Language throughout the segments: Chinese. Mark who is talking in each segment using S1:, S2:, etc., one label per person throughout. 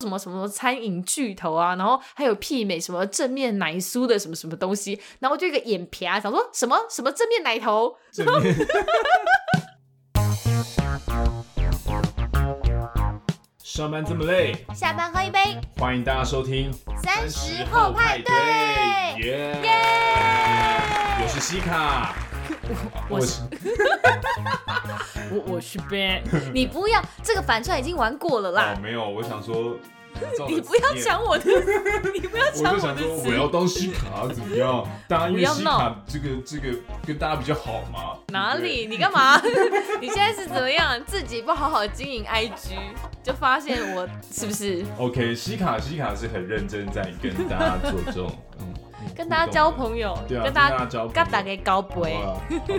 S1: 什么什么餐饮巨头啊，然后还有媲美什么正面奶酥的什么什么东西，然后就一个眼皮啊，想说什么什么正面奶头，
S2: 正面 上班这么累，
S3: 下班喝一杯，
S2: 欢迎大家收听
S3: 三十后派对，
S2: 耶！我是西卡，
S1: 我是我我是 Ben，
S3: 你不要这个反串已经玩过了
S2: 哦
S3: 啦，，
S2: 没有，我想说，照着
S3: 你不要
S2: 字念
S3: 抢我的，你不要
S2: 哦我
S3: 抢
S2: 就
S3: 我
S2: 想
S3: 的
S2: 说，我
S3: 词
S2: 要。当西卡怎么样？大家因
S1: 不
S2: 为
S1: 要
S2: 西卡这个这个跟大家比较好嘛。
S3: 哪
S2: 对不对
S3: 里？你干嘛？ 你现在是怎么样？自己不好好经营 IG，就发现我是不是
S2: OK，西卡西卡是很认真在跟大家做这种，嗯，
S3: 跟大家交朋友，
S2: 对啊，
S3: 跟
S2: 跟
S3: 大家
S2: 大家交朋友，
S3: 跟大家高 杯。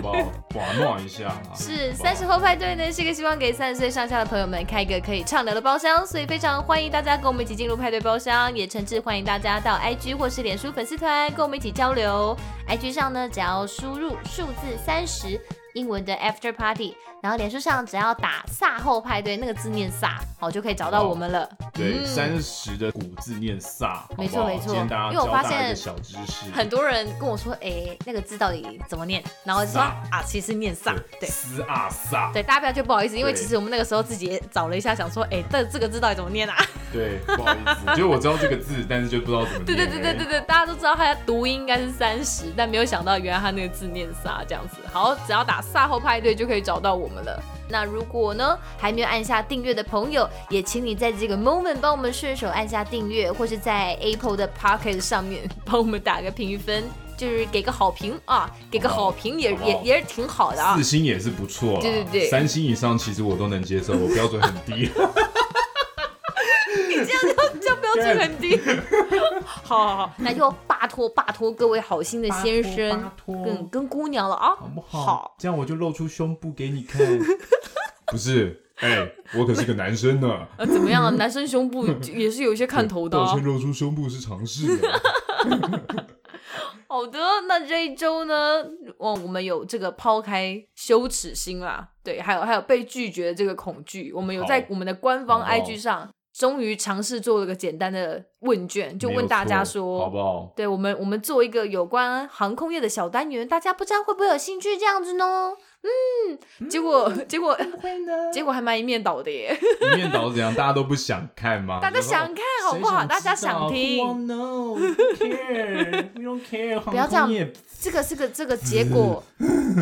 S2: 好啊好不好？玩弄一下啊。
S3: 是
S2: 好不好
S3: 三十后派对呢，是个希望给三十岁上下的朋友们开一个可以畅聊的包厢，所以非常欢迎大家跟我们一起进入派对包厢，也诚挚欢迎大家到 IG 或是脸书粉丝团跟我们一起交流。IG 上呢，只要输入数字三十，英文的 After Party，然后脸书上只要打“撒后派对”那个字念“撒”，好就可以找到我们了。
S2: 对，三十的古字念飒，
S3: 嗯没错
S2: 好不好
S3: 没错
S2: 今天大家
S3: 因为我
S2: 教
S3: 发
S2: 大家一个
S3: 现
S2: 小知识，
S3: 很多人跟我说：“哎、那个字到底怎么念？”然后我就说：“
S2: 撒
S3: 啊，其实念‘撒’。”对。
S2: 斯啊飒，
S3: 对，大家不要觉得不好意思，因为
S2: 对
S3: 其实我们那个时候自己也找了一下，想说，哎、这这个字到底怎么念啊？
S2: 对，不好意 思，就我知道这个字，但是就不知道怎么
S3: 对
S2: 念。
S3: 对对对对对，大家都知道它的读音应该是三十，但没有想到原来它那个字念撒这样子。好，只要打撒后派对就可以找到我们了。那如果呢还没有按下订阅的朋友，也请你在这个 moment 帮我们顺手按下订阅，或是在 Apple 的 Pocket 上面帮我们打个评分，就是给个好评啊，给个好评也
S2: 好不好
S3: 也也是挺好的啊
S2: 哎四。星也是不错啦，
S3: 对对对
S2: 三星以上其实我都能接受，我标准很 低。
S3: 你这样就这样标准很低。 好好好，那就拜托拜托各位好心的先生
S2: 拜托拜托
S3: 跟跟姑娘了啊，
S2: 好不好？
S3: 好
S2: 这样我就露出胸部给你看。 不是，哎、我可是个男生呢，
S3: 呃，怎么样啊？男生胸部 也是有一些看头的、
S2: 抱
S3: 啊
S2: 歉，。露出胸部是常事的。
S3: 好的，那这一周呢，哦，我们有这个抛开羞耻心啦，对，还有还有被拒绝的这个恐惧，我们有在
S2: 好
S3: 我们的官方
S2: 好不好
S3: IG 上，终于尝试做了个简单的问卷， 就问大家
S2: 没有错好
S3: 说。
S2: 不好？
S3: 对我们，我们做一个有关航空业的小单元，大家不知道会不会有兴趣这样子呢？嗯，结果、 结果
S2: 会 呢。
S3: 结果还蛮一面倒的耶，
S2: 一面倒是怎样？大家都不想看吗？哦
S3: 大家想看好不好？大家想听，
S2: No, care, we don't care.
S3: 不要这样这个这个这个结 果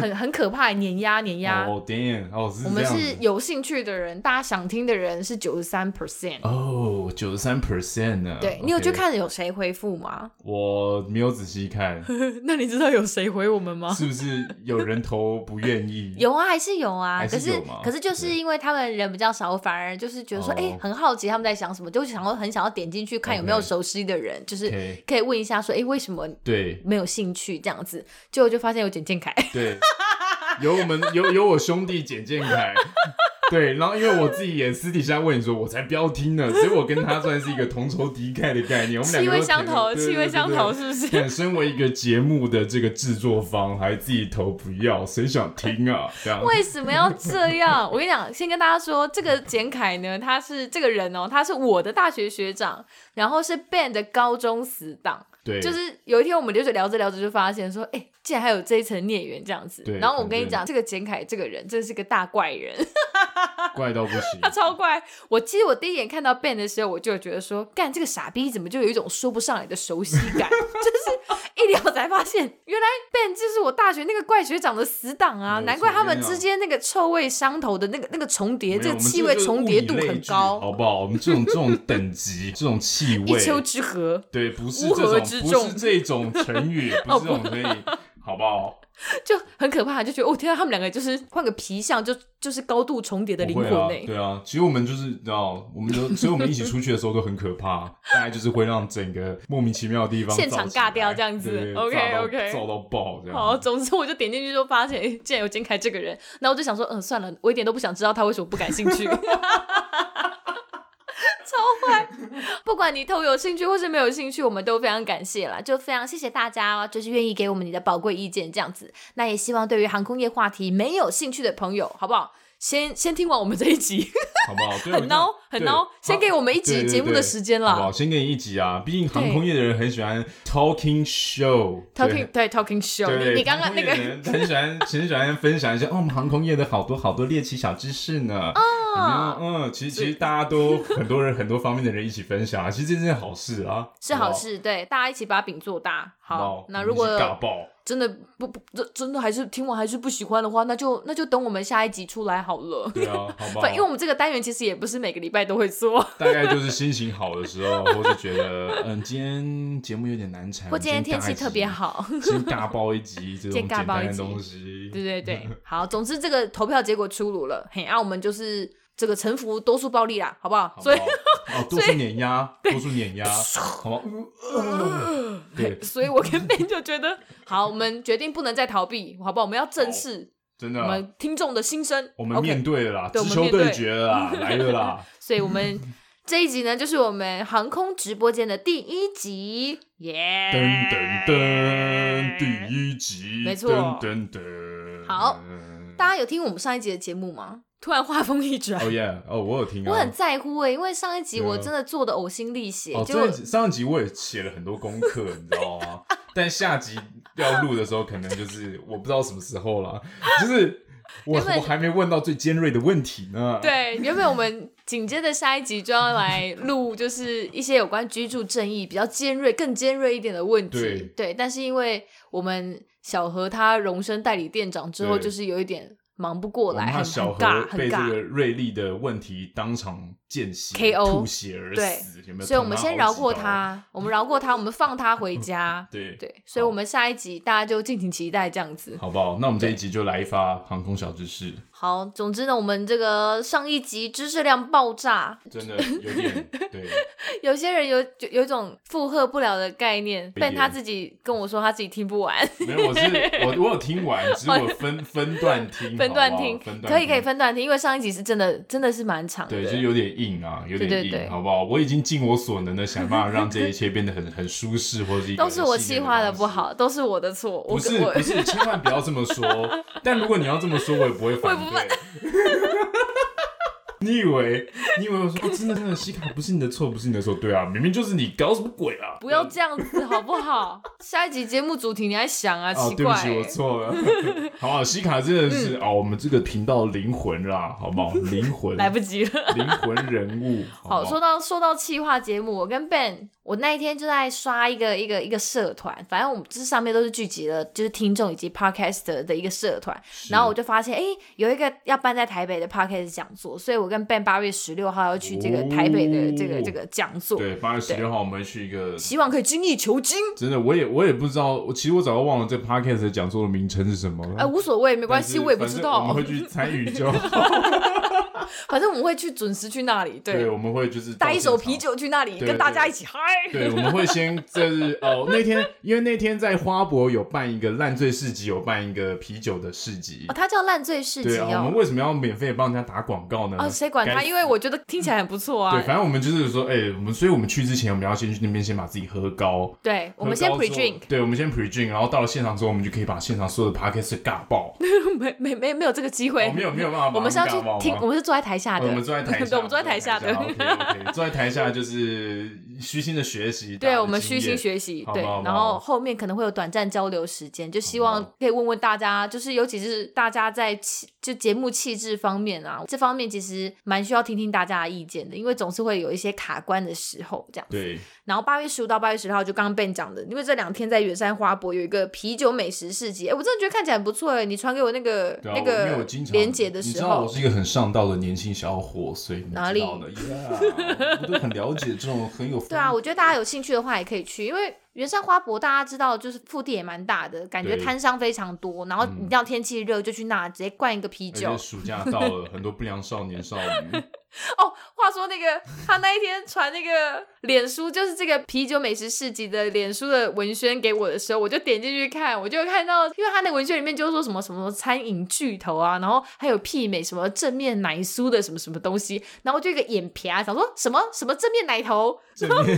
S3: 很很可怕，碾压碾压。
S2: 哦、damn，哦，是
S3: 我们
S2: 这样
S3: 是
S2: 子
S3: 有兴趣的人，大家想听的人是九十三 percent。
S2: 哦，九十三 percent 呢。
S3: 对你有去
S2: OK？
S3: 看有谁回复吗？
S2: 我没有仔细看，
S3: 那你知道有谁回我们吗？
S2: 是不是有人头不愿意？
S3: 有啊，还是有啊，
S2: 还是
S3: 可是
S2: 有吗
S3: 可是就是因为他们人比较少，反而就是觉得说，
S2: 哦
S3: 哎、很好奇他们在想什么，就想要很想要点进去看有没有
S2: OK
S3: 熟悉的人，就是
S2: ，OK，
S3: 可以问一下说，哎、为什么
S2: 对
S3: 没有兴趣这样子？结果就发现有简健凯，
S2: 对，有我们有有我兄弟简健凯，对，然后因为我自己也私底下问你说，我才不要听呢，所以我跟他算是一个同仇敌忾的概念，我们两
S3: 气
S2: 个
S3: 味
S2: 都
S3: 相
S2: 挺
S3: 投，
S2: 对对
S3: 气味
S2: 对
S3: 相
S2: 对
S3: 投是不是？
S2: 看，身为一个节目的这个制作方，还自己投不要，谁想听啊？这样
S3: 为什么要这样？我跟你讲，先跟大家说，这个简凯呢，他是这个人哦，他是我的大学学长，然后是 Ben 的高中死党。
S2: 对，
S3: 就是有一天我们就是聊着聊着就发现说，哎、竟然还有这一层孽缘这样子
S2: 对。
S3: 然后我跟你
S2: 反正
S3: 讲，这个简凯这个人真的是个大怪人，
S2: 怪到不行
S3: 他。超怪。我其实我第一眼看到 Ben 的时候，我就觉得说，干这个傻逼怎么就有一种说不上来的熟悉感， 就是一聊才发现，原来 Ben 就是我大学那个怪学长的死党啊，
S2: 没有错
S3: 难怪他们
S2: 没有
S3: 之间那个臭味相投的那个那个重叠，
S2: 没有
S3: 这
S2: 我
S3: 个
S2: 们
S3: 气
S2: 这
S3: 味
S2: 就是
S3: 重
S2: 物
S3: 叠
S2: 以
S3: 度
S2: 类
S3: 很
S2: 聚
S3: 高，
S2: 好不好？我们这种这 种等级，这种气
S3: 一丘
S2: 味，
S3: 之貉，
S2: 对，不是
S3: 乌
S2: 这
S3: 合
S2: 种，
S3: 之
S2: 不
S3: 众哦
S2: 是这种成语，不是这种可以，好不好？
S3: 就很可怕，就觉得哦天啊，他们两个就是换个皮相，就就是高度重叠的灵
S2: 不
S3: 魂欸
S2: 会啊
S3: 呢、，
S2: 对啊，其实我们就是你知道，我们都，所以我们一起出去的时候都很可怕，大概就是会让整个莫名其妙的地方
S3: 现场
S2: 燥起来
S3: 尬掉这样子
S2: 对对对
S3: OK，
S2: 燥到
S3: OK
S2: 燥到爆这样。
S3: 好，总之我就点进去就发现，哎、 竟然有简凯这个人，那我就想说，嗯，算了，我一点都不想知道他为什么不感兴趣。 超坏！不管你偷有兴趣或是没有兴趣，我们都非常感谢啦，就非常谢谢大家，哦就是愿意给我们你的宝贵意见这样子。那也希望对于航空业话题没有兴趣的朋友，好不好？先先听完我们这一集，
S2: 好不好？对
S3: 很孬很孬，先给我们一集节目的时间
S2: 了，好不
S3: 啦
S2: 好？。先给你一集啊，毕竟航空业的人很喜欢 talking show 对。
S1: talking 对 talking show，
S2: 对，
S1: 你你刚刚那个
S2: 航空业的人很喜欢，很喜欢分享一些哦，我们航空业的好多好多猎奇小知识呢。啊，嗯，其实其实大家都很多人很多方面的人一起分享啊，其实这是好事啊，
S3: 是好事，对，大家一起把饼做大。
S2: 不。好不
S3: 好
S2: 好，
S3: 那
S2: 我
S3: 如
S2: 们一起尬
S3: 果
S2: 爆，
S3: 真的不不，这真的还是听完还是不喜欢的话，那就那就等我们下一集出来好了。
S2: 对啊，好不好
S3: 反？因为我们这个单元其实也不是每个礼拜都会 做，
S2: 大概就是心情好的时候，或是觉得嗯，今天节目有点难缠，
S3: 或今天天气特别
S2: 好。
S3: 好。
S2: 先尬爆一集这种
S3: 先
S2: 简
S3: 尬爆
S2: 单
S3: 一
S2: 的
S3: 集
S2: 东西。
S3: 对对 对，好，总之这个投票结果出炉了，嘿，啊，我们就是这个臣服多数暴力啦，好不好？
S2: 好不好
S3: 所以
S2: 哦，多数碾压，多数碾压，好 吗？呃对，
S3: 所以我跟 Ben 就觉得， 好，我们决定不能再逃避，好不好？我们要正视
S2: 真
S3: 我
S2: 的啊，
S3: 们听众的心声。
S2: 我们面
S3: OK，
S2: 对了啦，
S3: 对
S2: 直
S3: 我们
S2: 球
S3: 面对
S2: 对决了啦，来 了啦，
S3: 所以我们
S2: 嗯
S3: 这一集呢，就是我们航空直播间的第一集，耶、
S2: 噔噔噔，第一集，
S3: 没错
S2: 噔噔噔，
S3: 好，大家有听我们上一集的节目吗？突然话锋一转，
S2: 哦耶，哦，我有听啊，
S3: 我很在乎哎、因为上一集
S2: 对啊
S3: 我真的做的呕心沥血，
S2: 哦，
S3: 结果
S2: 这一集上一集我也写了很多功课，你知道 吗？但下集要录的时候，可能就是我不知道什么时候了，就是我
S3: 原本
S2: 我还没问到最尖锐的问题呢。，
S3: 对，原本我们紧接着下一集就要来录，就是一些有关居住正义比较尖锐、更尖锐一点的问题。
S2: 对
S3: 但是因为我们小何他荣升代理店长之后，
S2: 对
S3: 就是有一点忙不过
S2: 我们
S3: 来，很
S2: 怕
S3: 很
S2: 哦小
S3: 尬，
S2: 何
S3: 很
S2: 被这
S3: 尬。
S2: 个锐利的问题当场见血
S3: KO
S2: 吐血而死，有没有？啊
S3: 所以我们先饶过
S2: 他好
S3: 他，我们饶过他，我们放他回家。
S2: 几刀，对，
S3: 对，所以我们下一集大家就敬请期待这样子。
S2: 好不好？那我们这一集就来一发航空小知识，
S3: 好，总之呢，我们这个上一集知识量爆炸，
S2: 真的有点对，
S3: 有些人有就有一种负荷不了的概念，
S2: 理解
S3: 但他自己跟我说他自己听 不完，
S2: 没有，我是我我有听完，只 是我分分段听，
S3: 分段
S2: 好不好啊
S3: 听
S2: 分，段
S3: 可以可以分段听，因为上一集是真的真的是蛮长的
S2: 对，。就是有点硬啊，有点硬，
S3: 对对对
S2: 好不好？我已经尽我所能的想办法让这一切变得很很舒适，或者是一个
S3: 都是我
S2: 很信
S3: 计
S2: 任
S3: 划的
S2: 方式
S3: 不。好，都是我的错。我
S2: 不是
S3: 我
S2: 不是，千万不要这么说。 但如果你要这么说，我也不会反
S3: 我也不
S2: 对。 你以为你以为我说、哦真的真的西卡不是你的错，不是你的错，对啊，明明就是你搞什么鬼啊！
S3: 不要这样子好不好？下一集节目主题你还想啊？
S2: 哦
S3: 奇，
S2: 对不
S3: 怪嗯
S2: 起，我
S3: 欸，
S2: 错了。 好不好？西卡真的是、哦，我们这个频道的灵魂啦，好不好？灵魂，
S3: 来不及了。
S2: 灵魂 人物。好
S3: 好，
S2: 不
S3: 说到说到企划节目，我跟 Ben，我那一天就在刷一个一个一个社团，反正我们这上面都是聚集了就是听众以及 podcast 的一个社团，然后我就发现，哎、有一个要办在台北的 podcast 讲座，所以我跟 Ben 八月十六号要去这个台北的这个、
S2: 哦
S3: 这个讲座，
S2: 对八月十六号我们去一个
S3: 希望可以精益求精。
S2: 真的，我也我也不知道，我其实我早就忘了这 podcast 的讲座的名称是什么了。
S3: 哎、无所谓，没关系，
S2: 嗯但是
S3: 我也不知
S2: 反正
S3: 道
S2: 我们，会去参与就好。
S3: 反正我们会去准时去那里，对，
S2: 对，我们会就是
S3: 带一手
S2: 手
S3: 啤。酒去那里，
S2: 对
S3: 跟大家
S2: 对
S3: 一起嗨。
S2: 对，我们会先就是哦，那天因为那天在花博有办一个烂醉市集，有办一个啤酒的市集
S3: 哦，。它叫烂醉市集
S2: 对啊，我
S3: 哦
S2: 们。为什么要免费帮人家打广告呢？
S3: 哦，谁管他？
S2: 该
S3: 因为我觉得听起来很不错啊。
S2: 对，反正我们就是说，哎、我们所以我们去之前，我们要先去那边先把自己喝高。
S3: 对，我们先
S2: 喝高
S3: pre
S2: 之后
S3: drink，
S2: 对，我们先 pre drink，然后到了现场之后，我们就可以把现场所有的 podcast 尬爆。
S3: 没没没没有这个机
S2: 我
S3: 会，
S2: 哦没有没有办法把他们尬
S3: 我
S2: 爆吗，
S3: 们是要去听，我们是坐在台下的，
S2: 哦我们坐在台 下，
S3: 对，我们坐在台下的，
S2: OK，坐在台下就是虚心的学习，大家
S3: 对，
S2: 的
S3: 我们
S2: 经
S3: 虚
S2: 验
S3: 心。学习，
S2: 好吧
S3: 对
S2: 好，吧
S3: 然
S2: 好
S3: 后
S2: 吧
S3: 后面可能会有短暂交流时间，就希望
S2: 好吧
S3: 可以问问大家，就是尤其是大家在气就节目气质方面啊，这方面其实蛮需要听听大家的意见的，因为总是会有一些卡关的时候这样。
S2: 对，
S3: 然后八月十五到八月十号就刚刚 Ben 讲的，因为这两天在远山花博有一个啤酒美食市集，哎，我真的觉得看起来很不错哎，你传给我那个、
S2: 对
S3: 那
S2: 啊我因为
S3: 个
S2: 我经常
S3: 连结的
S2: 你
S3: 时
S2: 知道我
S3: 候，
S2: 是一个很上道的年轻小伙，所以你
S3: 哪
S2: 知道的呀，我都很了解这种 很有
S3: 对啊，我觉得大家有兴趣的话也可以去，因为圆山花博大家知道就是腹地也蛮大的，感觉
S2: 对嗯
S3: 摊商非常多，然后你要天气热就去那直接灌一个啤酒。
S2: 而且暑假到了，很多不良少年少女，
S3: 哦，话说那个他那一天传那个脸书，就是这个啤酒美食市集的脸书的文宣给我的时候，我就点进去看，我就看到，因为他那文宣里面就说什么什么餐饮巨头啊，然后还有媲美什么正面奶酥的什么什么东 西，然后我就一个眼皮啊，想说什么什么正面奶头，
S2: 正面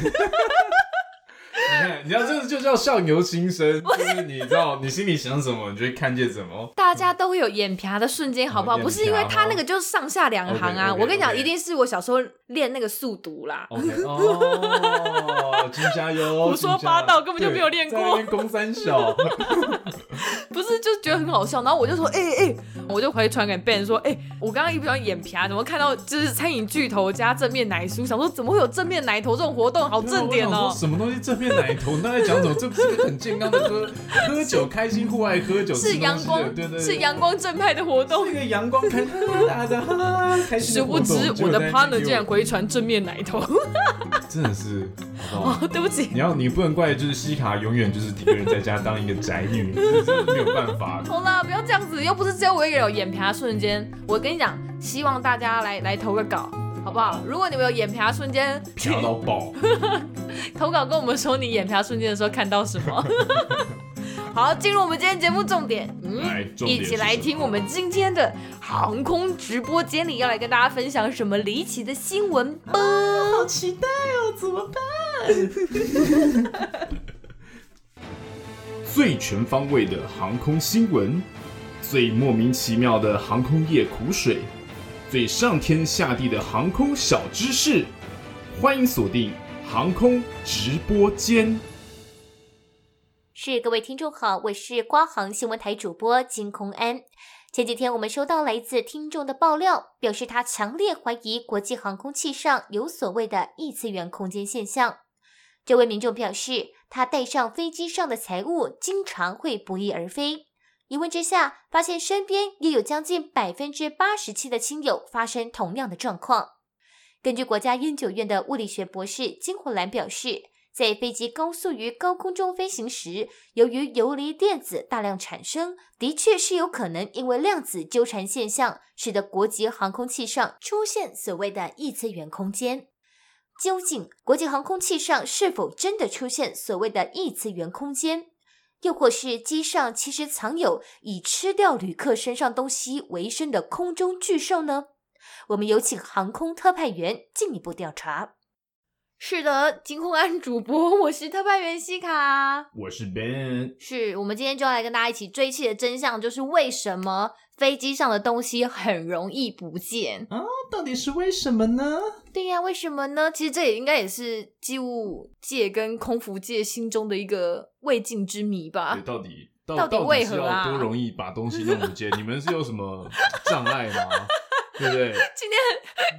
S2: 你看，你知道这个就叫相由心生，就是你知道你心里想什么，你就会看见什么。
S3: 大家都会有眼皮啊的瞬间，好不好？
S2: 哦眼皮哦
S3: 不是因为他那个就是上下两行啊。
S2: OK，OK，OK
S3: 我跟你讲，一定是我小时候练那个速读啦。
S2: OK，哦，请加油！
S1: 胡说
S2: 请加
S1: 八
S2: 油
S1: 道根本就没有练过
S2: 对在那边攻 三小，
S3: 不是，就觉得很好笑。然后我就说，哎、哎、我就回传给 Ben 说，哎、我刚刚一不小心眼皮啊，怎么看到就是餐饮巨头加正面奶酥，想说怎么会有正面奶头这种活动，好正点
S2: 我想
S3: 哦
S2: 说、什么东西正面奶头？那在讲什么？这不是个很健康的喝喝酒，开心户外喝酒，
S3: 是
S2: 吃东西的啊
S3: 阳光，
S2: 对对，
S3: 是阳光正派的活动
S2: 是。一个阳光开大家哈哈开心
S3: 殊
S2: 的活
S3: 不
S2: 动。
S3: 知
S2: 结
S3: 我
S2: 果
S3: 的
S2: 在那
S3: partner
S2: 边
S3: 竟
S2: 给
S3: 然回传正面奶头， 哦
S2: 我真的是，好不好？
S3: 对不起。
S2: 你要你不能怪就是西卡永远就是一个人在家当一个宅女，这是没有办 法。
S3: 好啦，不要这样子，又不是只有我一个人有眼皮啊瞬间。我跟你讲，希望大家来来投个稿，好不好？如果你们有眼皮啊瞬间，
S2: 嫖到爆，
S3: 投稿跟我们说你眼皮啊瞬间的时候看到什么。好，进入我们今天节目重点，嗯，
S2: 来，哎重点
S3: 一
S2: 是
S3: 起来
S2: 什么
S3: 听我们今天的航空直播间里要来跟大家分享什么离奇的新闻吧。
S1: 好期待哦，怎么办？
S2: 最全方位的航空新闻，最莫名其妙的航空业苦水，最上天下地的航空小知识，欢迎锁定航空直播间。
S4: 是各位听众好，我是瓜航新闻台主播金空安。前几天我们收到来自听众的爆料，表示他强烈怀疑国际航空器上有所谓的异次元空间现象。这位民众表示，他带上飞机上的财物经常会不翼而飞。一问之下，发现身边也有将近百分之八十七的亲友发生同样的状况。根据国家研究院的物理学博士金火兰表示，在飞机高速于高空中飞行时，由于游离电子大量产生，的确是有可能因为量子纠缠现象，使得国际航空器上出现所谓的异次元空间。究竟国际航空器上是否真的出现所谓的异次元空间？又或是机上其实藏有以吃掉旅客身上东西为生的空中巨兽呢？我们有请航空特派员进一步调查。
S3: 是的，金控安主播，我是特派员西卡。
S2: 我是 Ben，
S3: 是我们今天就要来跟大家一起追气的真相，就是为什么飞机上的东西很容易不见。
S2: 到底是为什么呢？
S3: 对呀、为什么呢？其实这也应该也是机务界跟空服界心中的一个未尽之谜吧
S2: 对，。到底到
S3: 啊到底
S2: 是
S3: 为何啊
S2: 要多容易把东西弄不见？你们是有什么障碍 吗？对不对？
S3: 今天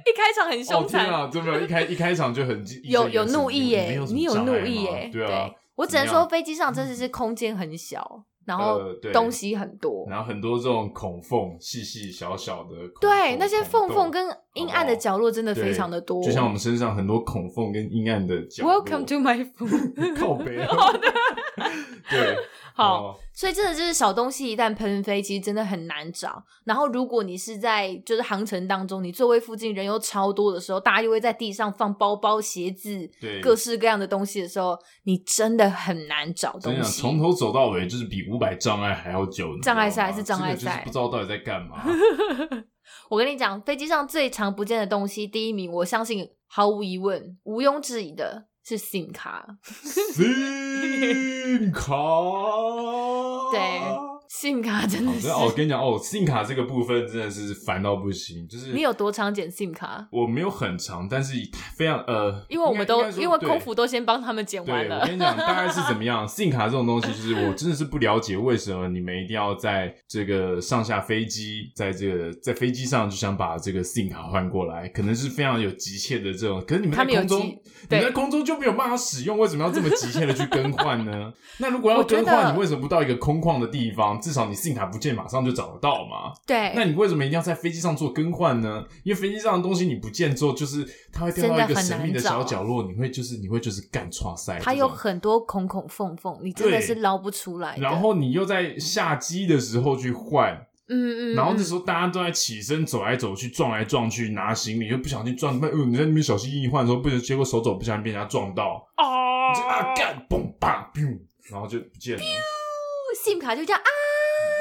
S3: 一哎开场很
S2: 哦
S3: 凶
S2: 天
S3: 残，
S2: 啊，真的，一开一开场就很
S3: 有有怒意耶、
S2: 耶，
S3: 你有怒意耶、
S2: 耶，对啊。
S3: 我只能
S2: 怎么
S3: 说
S2: 样
S3: 飞机上真的是空间很小，然后
S2: 呃对
S3: 东西很多。
S2: 然后很多这种孔缝，细细小小的孔缝，
S3: 对，那些缝缝
S2: 孔洞
S3: 跟阴暗的角落真的非常的多。
S2: 就像我们身上很多孔缝跟阴暗的角落
S3: Welcome to my food。
S2: 靠背， 对，
S3: 好，
S2: 哦，
S3: 所以真的就是小东西一旦喷飞，其实真的很难找。然后如果你是在就是航程当中，你座位附近人又超多的时候，大家又会在地上放包包、鞋子、
S2: 对，
S3: 各式各样的东西的时候，你真的很难找
S2: 真
S3: 东
S2: 的
S3: 西。
S2: 从头走到尾，就是比五百障碍还要久，你知道吗
S3: 障碍赛是障碍赛
S2: 这个就是不知道到底在干 嘛。
S3: 我跟你讲，飞机上最常不见的东西，第一名我相信毫无疑问、毋庸置疑的是 SIM 卡。
S2: 信卡，
S3: 对，SIM 卡真
S2: 好
S3: 的
S2: 真
S3: 是，
S2: 的哦，我跟你讲哦，信卡这个部分真的是烦到不行，就是
S3: 你有多常捡 SIM 卡？
S2: 我没有很长，但是非常呃，
S3: 因为我们都
S2: 应该应该说
S3: 因为
S2: 对
S3: 空服都先帮他们捡完
S2: 对，
S3: 了
S2: 我。跟你讲，大概是怎么样？SIM 卡这种东西，就是我真的是不了解为什么你们一定要在这个上下飞机，在这个在飞机上就想把这个 SIM 卡换过来，可能是非常有急切的这种。可是你们在
S3: 他们有
S2: 空中，
S3: 急
S2: 你
S3: 对
S2: 们在空中就没有办法使用，为什么要这么急切的去更换呢？ 那如果要更
S3: 我觉得
S2: 换，你为什么不到一个空旷的地方？至少你 SIM 卡不见，马上就找得到嘛。
S3: 对，
S2: 那你为什么一定要在飞机上做更换呢？哎因为飞机上的东西你不见之后，就是它会掉到一个神秘的小角落，你会就是你会就是干刷塞，
S3: 它有很多孔孔缝缝，你真的是捞不出来
S2: 这
S3: 的。
S2: 种，然，后你又在下机的时候去换，
S3: 嗯嗯，
S2: 然后
S3: 嗯
S2: 那时候大家都在起身走来走去、撞来撞去、拿行李，又不小心撞，那、呃、你在那边小心翼翼换的时候，不小心结果手肘不小心被人家撞到，
S1: 哦
S2: 你就啊干嘣吧 biu，然后就不见了。
S3: 信用卡就这样啊，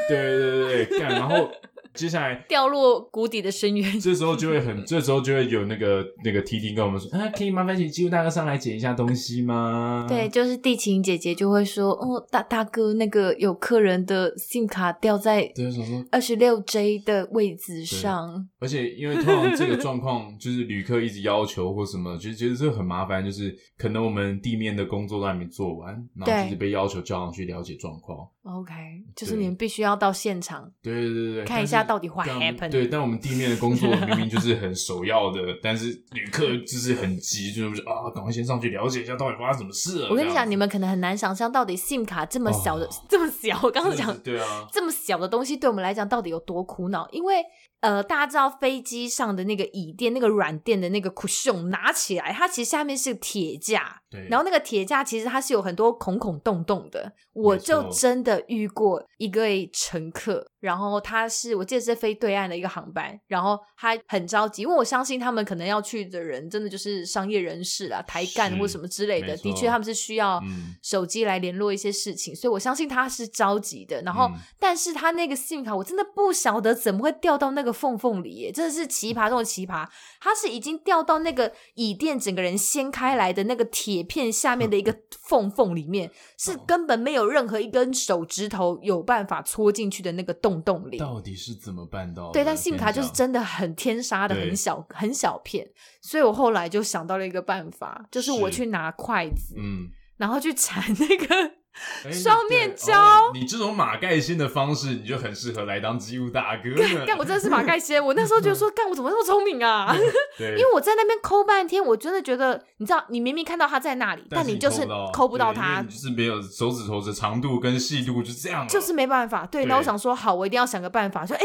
S2: 对对对对，干，然后接下来
S3: 掉落谷底的深渊。
S2: 这时候就会 很，这时候就会有那个那个 T T 跟我们说，啊，可以麻烦请技术大哥上来捡一下东西吗？
S3: 对，，就是地勤姐姐就会说，哦，大大哥，那个有客人的 SIM 卡掉在
S2: 对，想说，
S3: 二十六 J 的位置上，
S2: 而且因为通常这个状况就是旅客一直要求或什么，就觉得这很麻烦，就是可能我们地面的工作都还没做完，然后
S3: 对
S2: 就是被要求叫上去了解状况。
S3: OK，就是你们必须要到现场。
S2: 对对对对，
S1: 看
S2: 但
S1: 一下
S2: 是
S1: 到底 what
S2: 但我们
S1: happened
S2: 对，但我们地面的工作明明就是很首要的，但是旅客就是很急，就是啊，赶快先上去了解一下到底发生什么事了。
S3: 我跟你
S2: 这样
S3: 讲，
S2: 子
S3: 你们可能很难想象，到底 SIM 卡这么小的、
S2: 哦
S3: 这么小，我刚刚
S2: 真的
S3: 讲
S2: 是对啊，
S3: 这么小的东西对我们来讲到底有多苦恼？因为呃，大家知道飞机上的那个椅垫、那个软垫的那个 cushion 拿起来，它其实下面是铁架，
S2: 对，
S3: 然后那个铁架其实它是有很多孔孔洞洞的，我
S2: 没
S3: 就
S2: 错
S3: 真的遇过一个乘客，然后他是我记得是飞对岸的一个航班，然后他很着急，因为我相信他们可能要去的人真的就是商业人士啦、台干
S2: 是
S3: 或什么之类的，
S2: 没
S3: 的
S2: 错
S3: 确他们是需要
S2: 嗯
S3: 手机来联络一些事情，所以我相信他是着急的。然后，
S2: 嗯
S3: 但是他那个 SIM 卡我真的不晓得怎么会掉到那个缝缝里耶，真的是奇葩中的奇葩。它是已经掉到那个椅垫整个人掀开来的那个铁片下面的一 个缝缝里面，是
S2: 哦
S3: 根本没有任何一根手指头有办法戳进去的那个洞洞里。
S2: 到底是怎么办到的？
S3: 对，但信用卡就是
S2: 跟你讲
S3: 真的很天杀的，
S2: 对
S3: 很小很小片，所以我后来就想到了一个办法，就是我
S2: 是
S3: 去拿筷子，
S2: 嗯。
S3: 然后去缠那个
S2: 哎
S3: 双面
S2: 对
S3: 胶
S2: 哦你这种马盖先的方式，你就很适合来当机务大哥呢。
S3: 干，我真的是马盖先。我那时候觉得说，干，我怎么那么聪明啊？
S2: 对，
S3: 因
S2: 因
S3: 为我在那边抠半天，我真的觉得，你知道，你明明看到他在那里，但
S2: 你
S3: 就是抠
S2: 抠
S3: 不
S2: 不
S3: 到
S2: 到对因
S3: 他
S2: 为你，就是没有手指头的长度跟细度，就这样了。
S3: 就是没办法。对，
S2: 对
S3: 然后我想说，好，我一定要想个办法，说，哎。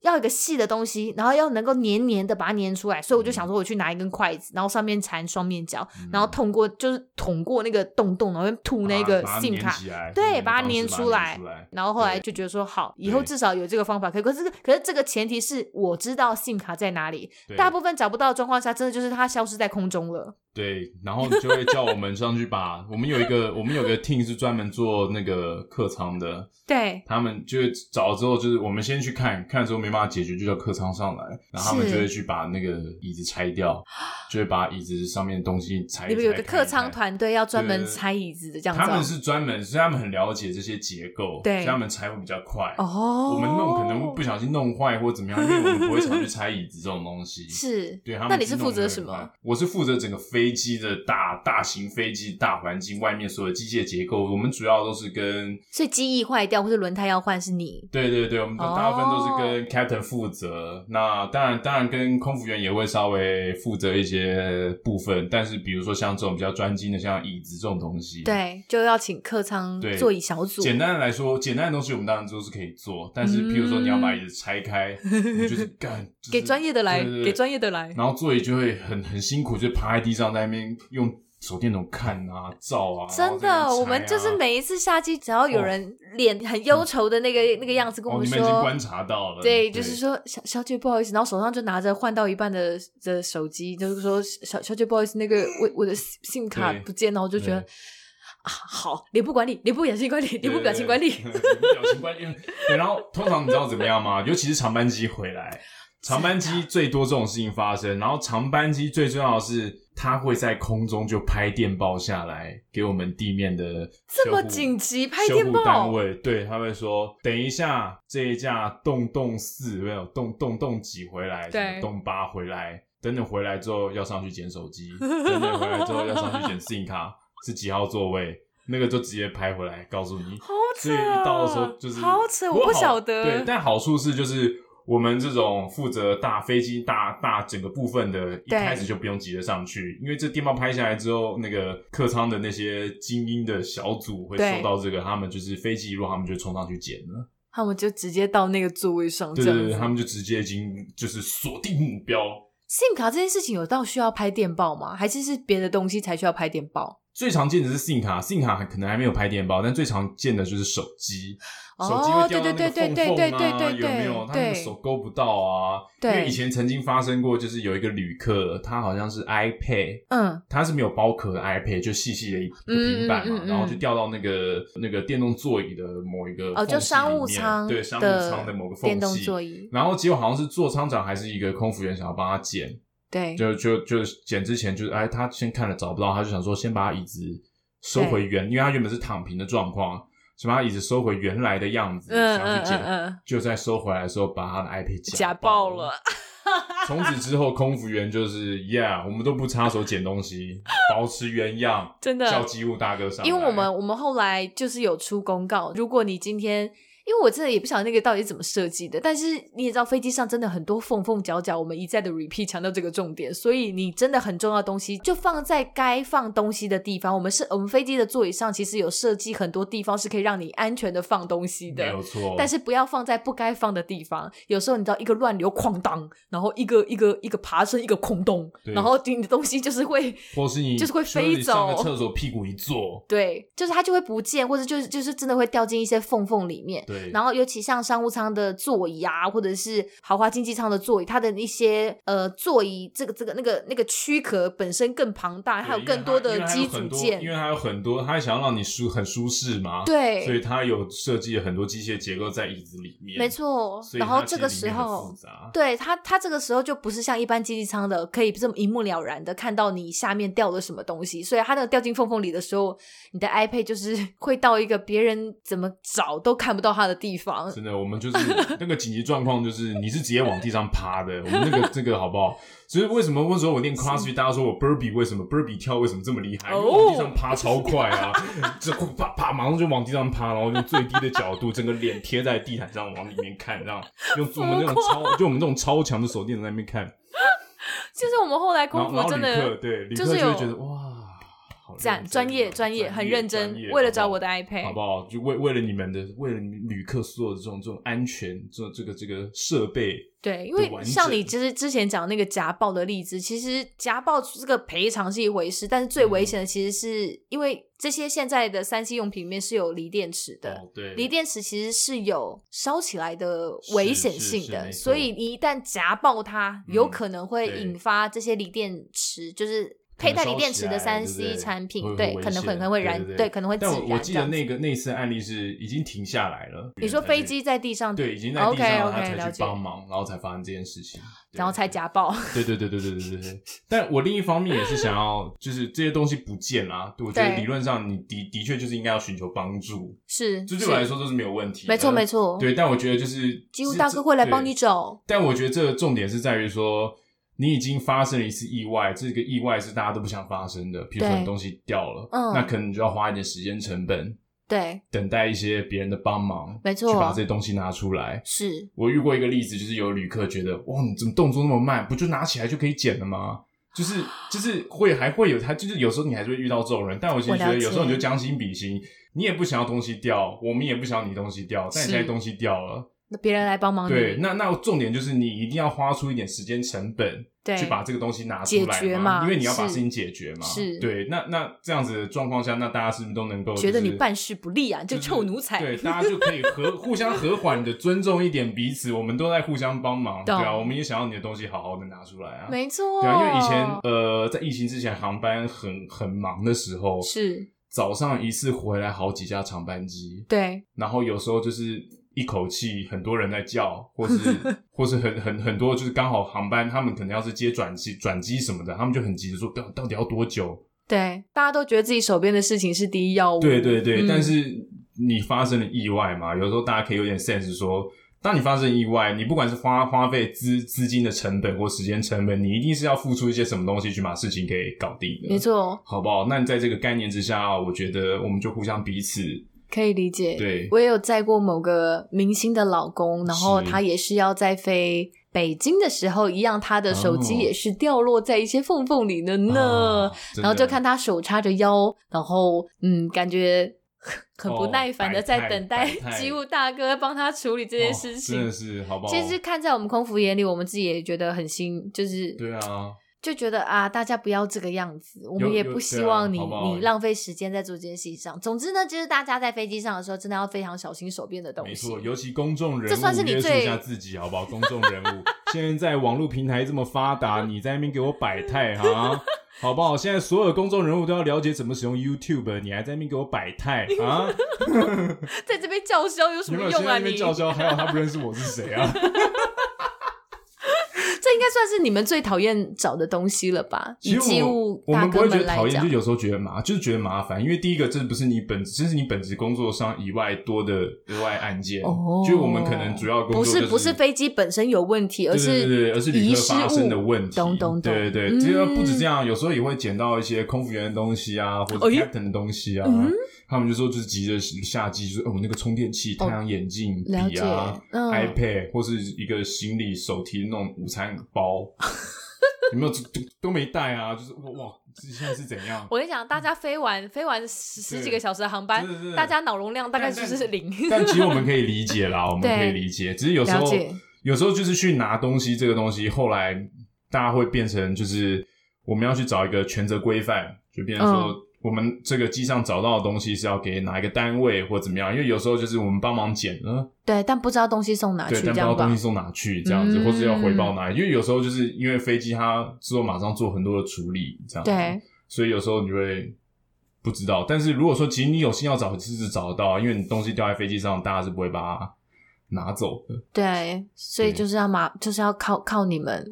S3: 要一个细的东西，然后要能够黏黏的把它黏出来，所以我就想说，我去拿一根筷子，然后上面缠双面胶，
S2: 嗯
S3: 然后捅过就是捅过那个洞洞，然后吐那个
S2: 把它
S3: SIM
S2: 粘
S3: 卡，
S2: 起来
S3: 对，把
S2: 把它
S3: 它
S2: 粘
S3: 粘
S2: 出
S3: 出
S2: 来
S3: 来。然后后来
S2: 对
S3: 就觉得说好，以后
S2: 对
S3: 至少有这个方法可以。可是这个可是这个前提是我知道 SIM 卡在哪里，
S2: 对
S3: 大部分找不到的状况下，真的就是它消失在空中了。
S2: 对，然后你就会叫我们上去把我们有一个我们有个 team 是专门做那个客舱的，
S3: 对，
S2: 他们就会找之后就是我们先去看看之后没办法解决，就叫客舱上来，然后他们
S3: 是
S2: 就会去把那个椅子拆掉， 就会把椅子上面的东西拆。
S3: 你们有一
S2: 拆
S3: 个
S2: 看
S3: 客
S2: 一
S3: 舱
S2: 看
S3: 团队要专门
S2: 对
S3: 拆椅子的这样子哦。
S2: 他们是专门，所以他们很了解这些结构，
S3: 对
S2: 所以他们拆会比较快。
S3: 哦，
S2: 我们弄可能不小心弄坏或怎么 样，因为我们不会想去拆椅子这种东西。
S3: 是
S2: 对，他们
S3: 那你是负
S2: 弄得
S3: 责
S2: 很
S3: 什么
S2: 快？？我是负责整个飞机的大大型飞机大环境外面所有机械结构，我们主要都是跟
S3: 所以机翼坏掉或者轮胎要换是你
S2: 对对对，我们大部分都
S3: 哦
S2: 是跟 captain 负责。那当然，当然跟空服员也会稍微负责一些部分，但是比如说像这种比较专精的，像椅子这种东西，
S3: 对，就要请客舱
S2: 对
S3: 座椅小组。
S2: 简单的来说，简单的东西我们当然都是可以做，但是譬如说你要把椅子拆开，我就是干、就是
S3: 嗯给专业的来
S2: 对对对
S3: 给专业的来
S2: 然后座椅就会很很辛苦，就趴在地上在那边用手电筒看啊、照啊，
S3: 真的，
S2: 然后在那边拆啊哦
S3: 我们就是每一次下机，只要有人脸很忧愁的那个、那个样子，跟我
S2: 哦，你们已
S3: 说，
S2: 经观察到了，
S3: 对，就是说小小姐不好意思，然后手上就拿着换到一半的的手机，就是说小小姐不好意思，那个我我的 SIM 卡
S2: 对
S3: 不见了，我就觉得
S2: 对
S3: 啊，好，脸部管理，脸部表情管理，脸部表情管理，
S2: 对对对表情管理。 对，然后通常你知道怎么样吗？尤其是长班机回来，长班机最多这种事情发生。然后长班机最重要的是，它会在空中就拍电报下来给我们地面的
S3: 这么
S2: 修护
S3: 紧急拍
S2: 修护
S3: 电报
S2: 单位，对，他会说等一下这一架洞洞四没有洞洞洞几回来，
S3: 对
S2: 什么洞八回来。等等回来之后要上去捡手机，等等回来之后要上去捡 SIM 卡，是几号座位？那个就直接拍回来告诉你。
S3: 好扯，哦
S2: 所以一到的时候就是
S3: 好扯，
S2: 过
S3: 我不
S2: 好
S3: 晓得，
S2: 对，但好处是就是我们这种负责大飞机大大整个部分的，一
S3: 对
S2: 开始就不用急着上去，因为这电报拍下来之后，那个客舱的那些精英的小组会
S3: 对
S2: 收到这个，他们就是飞机一落，他们就冲上去捡了。
S3: 他们就直接到那个座位上，这
S2: 对
S3: 样
S2: 对
S3: 子。
S2: 对，他们就直接已经就是锁定目标。
S3: SIM 卡这件事情有到需要拍电报吗？还是是别的东西才需要拍电报？
S2: 最常见的是 SIM 卡，SIM 卡还可能还没有排电报，但最常见的就是手机，
S3: 哦
S2: 手机会掉到那
S3: 对
S2: 个
S3: 对
S2: 缝
S3: 对对
S2: 缝啊，
S3: 对对对
S2: 有没有？他那个
S3: 对
S2: 手勾不到啊。因
S3: 对
S2: 为以前曾经发生过，就是有一个旅客，他好像是 iPad，
S3: 嗯，
S2: 它是没有包壳的 iPad，就细细的一个
S3: 嗯
S2: 平板嘛，
S3: 嗯嗯嗯
S2: 然后就掉到那个那个电动座椅的某一个
S3: 哦，就
S2: 缝隙
S3: 商务
S2: 里面
S3: 舱
S2: 对商务舱的某个缝隙，
S3: 电动座椅，
S2: 然后结果好像是座舱长还是一个空服员想要帮他捡，
S3: 对，
S2: 就就就捡之前就是哎，他先看了找不到，他就想说先把椅子收回原，因为他原本是躺平的状况，先把椅子收回原来的样子，
S3: 嗯
S2: 想
S3: 嗯
S2: 去捡，
S3: 嗯嗯，
S2: 就在收回来的时候把他的 iPad
S3: 夹
S2: 爆
S3: 爆了。。
S2: 从此之后，空服员就是 Yeah，我们都不插手捡 东西，保持原样，
S3: 真的
S2: 叫机务大哥上来。
S3: 因为我们我们后来就是有出公告，如果你今天，因为我真的也不晓得那个到底是怎么设计的，但是你也知道飞机上真的很多缝缝角角，我们一再的 repeat 强调这个重点，所以你真的很重要的东西就放在该放东西的地方。我们是我们飞机的座椅上其实有设计很多地方是可以让你安全的放东西
S2: 没
S3: 的
S2: 有。错，
S3: 但是不要放在不该放的地方。有时候你知道一个乱流哐当，然后一个一个一个爬升，一个空洞，
S2: 对
S3: 然后你的东西就是会
S2: 或是你
S3: 就是会
S2: 说你
S3: 飞
S2: 上个
S3: 走
S2: 厕所屁股一坐，
S3: 对，就是它就会不见，或者就是就是真的会掉进一些缝缝里面。
S2: 对，
S3: 然后，尤其像商务舱的座椅啊，或者是豪华经济舱的座椅，它的一些呃座椅这个这个那个那个躯壳本身更庞大，
S2: 对
S3: 还有
S2: 因为
S3: 更
S2: 它
S3: 多
S2: 因
S3: 的
S2: 为它有
S3: 机组
S2: 很多因
S3: 件。
S2: 为它有很多，它想要让你舒很舒适嘛，，所以
S3: 对，
S2: 它有设计很多机械结构在椅子里面，
S3: 没，错。
S2: 所以
S3: 然后
S2: 它
S3: 这
S2: 其
S3: 个
S2: 实
S3: 时
S2: 里面很
S3: 候
S2: 复，杂
S3: 对它它这个时候就不是像一般经济舱的可以这么一目了然的看到你下面掉了什么东西，所以它那个掉进缝缝里的时候，你的 iPad 就是 会到一个别人怎么找都看不到它的地方。
S2: 真的，我们就是那个紧急状况，就是你是直接往地上趴的。我们那个这个好不好？所以为什么那时候我练 CrossFit，大家说我 burpee 为什么 burpee 跳为什么这么厉害？因为
S3: 哦
S2: 往地上趴超快啊， 这啪啪马上就往地上趴，然后用最低的角度，整个脸贴在地毯上往里面看，这样用我们那种超就我们这种超强的手电在那边看，
S3: 就是我们后来
S2: 然
S3: 空
S2: 后然
S3: 服
S2: 后
S3: 真
S2: 旅
S3: 的
S2: 客对旅
S3: 就
S2: 客
S3: 是
S2: 就会
S3: 有
S2: 觉得哇。好认
S3: 赞，
S2: 真
S3: 专业
S2: 啊
S3: 专业，很认
S2: 专
S3: 真
S2: 业，
S3: 为了
S2: 好不好
S3: 找我的 iPad，
S2: 好不好？就为为了你们的，为了你们旅客所有的这种这种安全，这这个这个设备，
S3: 对，因
S2: 的
S3: 为
S2: 完
S3: 像你其
S2: 整
S3: 实之前讲那个夹爆的例子，其实夹爆这个赔偿是一回事，但是最
S2: 嗯
S3: 危险的其实是因为这些现在的三 C 用品里面是有锂电池的。
S2: 哦、对，
S3: 锂电池其实是有烧起来的危
S2: 是
S3: 险
S2: 是
S3: 性
S2: 是
S3: 的，
S2: 没错
S3: 所以你一旦夹爆它，有
S2: 嗯
S3: 可能会
S2: 对
S3: 引发这些锂电池，就是
S2: 可能
S3: 佩戴锂
S2: 烧
S3: 电
S2: 起
S3: 池的
S2: 来
S3: 三
S2: 对不
S3: C
S2: 对
S3: 产品
S2: 会，
S3: 对
S2: 危，
S3: 可能
S2: 险
S3: 可能会
S2: 对
S3: 燃
S2: 对，，
S3: 对，可能会
S2: 但
S3: 自
S2: 我我
S3: 燃
S2: 记
S3: 这
S2: 得
S3: 样子
S2: 那个那次案例是已经停下来了。
S3: 你说飞机在地上，
S2: 对，已经在地上了，他
S3: OK，OK，
S2: 才
S3: 了
S2: 去
S3: 解
S2: 帮忙，然后才发生这件事情，对
S3: 然后才夹爆。
S2: 对对对对对对对对。但我另一方面也是想要，就是这些东西不见啦，对我觉得
S3: 对
S2: 理论上你的的确就是应该要寻求帮助，
S3: 是，
S2: 这对
S3: 是
S2: 我来说都是没有问题的。
S3: 没错没错，
S2: 对，但我觉得就是
S3: 机哦务大哥会来帮你。
S2: 是
S3: 找
S2: 对但我觉得这个重点是在于说，你已经发生了一次意外，这个意外是大家都不想发生的。比如说
S3: 对
S2: 你东西掉了，
S3: 嗯
S2: 那可能你就要花一点时间成本，
S3: 对，
S2: 等待一些别人的帮忙，
S3: 没错
S2: 去把这些东西拿出来。
S3: 是
S2: 我遇过一个例子，就是有旅客觉得，哇，你怎么动作那么慢？不就拿起来就可以捡了吗？就是就是会还会有他，就是有时候你还是会遇到这种人，但我其实觉
S3: 我
S2: 得
S3: 了解
S2: 有时候你就将心比心，你也不想要东西掉，我们也不想要你东西掉，但你
S3: 是
S2: 现在东西掉了，
S3: 那别人来帮忙你，
S2: 对，那那重点就是你一定要花出一点时间成本
S3: 对
S2: 去把这个东西拿出来
S3: 解决嘛
S2: 因为你要把
S3: 是
S2: 事情解决嘛。
S3: 是
S2: 对，那那这样子的状况下，那大家是不是都能够、
S3: 觉得你办事不力啊，你这
S2: 就
S3: 个
S2: 是
S3: 臭奴才，
S2: 对，大家就可以和互相和缓的尊重一点彼此，我们都在互相帮忙，对
S3: 懂
S2: 啊，我们也想要你的东西好好的拿出来啊。
S3: 没错，
S2: 对啊，因为以前呃，在疫情之前，航班很很忙的时候，
S3: 是
S2: 早上一次回来好几架长班机，
S3: 对
S2: 然后有时候就是一口气很多人在叫，或 是或是很很很多就是刚好航班他们可能要是接转机转机什么的，他们就很急着说到到底要多久？
S3: 对，大家都觉得自己手边的事情是第一要务，
S2: 对对对，
S3: 嗯
S2: 但是你发生了意外嘛，有时候大家可以有点 sense 说。当你发生意外，你不管是花花费资资金的成本或时间成本，你一定是要付出一些什么东西去把事情给搞定的，
S3: 没，错，
S2: 好不好？那你在这个概念之下，啊我觉得我们就互相彼此
S3: 可以理解。
S2: 对
S3: 我也有载过某个明星的老公，然后
S2: 是
S3: 他也是要在飞。北京的时候，一样，他的手机
S2: 哦
S3: 也是掉落在一些缝缝里的呢。
S2: 啊
S3: 然后
S2: 真
S3: 就
S2: 的
S3: 看他手叉着腰，然后嗯，感觉很很不
S2: 哦
S3: 耐烦的
S2: 摆
S3: 在
S2: 态
S3: 等
S2: 摆
S3: 待
S2: 态
S3: 机务大哥帮他处理这件事
S2: 哦、真
S3: 情。
S2: 的是好不好？
S3: 其实看在我们空服眼里，我们自己也觉得很心，就是
S2: 对啊，
S3: 就觉得啊，大家不要这个样子，我们也不希望你、
S2: 有对啊好不好
S3: 你浪费时间在做这件事情上。总之呢，就是大家在飞机上的时候，真的要非常小心手边的东
S2: 没
S3: 西。
S2: 错，尤其公众人物，
S3: 这算是你
S2: 约束
S3: 最
S2: 一下自己好不好？公众 人物，现在网络平台这么发达，你在那边给我摆态哈， 好不好？现在所有的公众人物都要了解怎么使用 YouTube，你还在那边给我摆 态啊？
S3: 在这边叫嚣有什
S2: 你有没
S3: 么用
S2: 有现在
S3: 啊
S2: 那
S3: 你？
S2: 边叫嚣，还有他不认识我是 谁啊？
S3: 这应该算是你们最讨厌找的东西了吧？
S2: 其
S3: 以
S2: 实
S3: 机
S2: 我
S3: 务
S2: 我
S3: 大
S2: 们不
S3: 哥
S2: 会觉得
S3: 们来
S2: 讨厌，就
S3: 讲，
S2: 有时候觉得麻，就是觉得麻烦，因为第一个这不是你本职，这是你本职工作上以外多的额外案件，
S3: 哦
S2: 就是我们可能主要工作、
S3: 不
S2: 就是
S3: 不是飞机本身有问题，而
S2: 对对对对，而
S3: 是
S2: 是旅
S3: 遗
S2: 客
S3: 失
S2: 发生
S3: 物
S2: 的问题，
S3: 懂懂懂，
S2: 对对
S3: 嗯
S2: 对，其实不止这样，有时候也会捡到一些空服员的东西啊，或者
S3: 哎
S2: captain 的东西啊，
S3: 嗯
S2: 他们就说就是急着下机，就是哦那个充电器、太阳眼镜、
S3: 了
S2: 笔啊
S3: 解、嗯
S2: iPad 或是一个行李手提的那种午餐 包，有没有都都没带啊？就是哇哇，这现在是怎 样？
S3: 我跟你讲，大家飞完飞完十十几个小时的航班
S2: 嗯对对，对
S3: 大家脑容量大概
S2: 但
S3: 就
S2: 但
S3: 是零。
S2: 但其实我们可以理解啦，我们
S3: 对
S2: 可以理解，只是有时
S3: 了
S2: 候
S3: 解
S2: 有时候就是去拿东西这个东西，后来大家会变成就是我们要去找一个权责规范，就变成
S3: 嗯
S2: 说我们这个机上找到的东西是要给哪一个单位或怎么样，因为有时候就是我们帮忙捡，嗯，
S3: 对，但不知道东西送哪
S2: 对
S3: 去，，
S2: 但
S3: 这
S2: 不知道
S3: 样啊吧
S2: 东西？送哪去这样子，
S3: 嗯
S2: 或是要回报哪里，因为有时候就是因为飞机它之后马上做很多的处理，这样子
S3: 对，
S2: 所以有时候你会不知道。但是如果说其实你有心要找，是找得到啊，因为你东西掉在飞机上，大家是不会把它拿走的。
S3: 对，所以
S2: 对嗯
S3: 就是要马，就是要靠靠你们，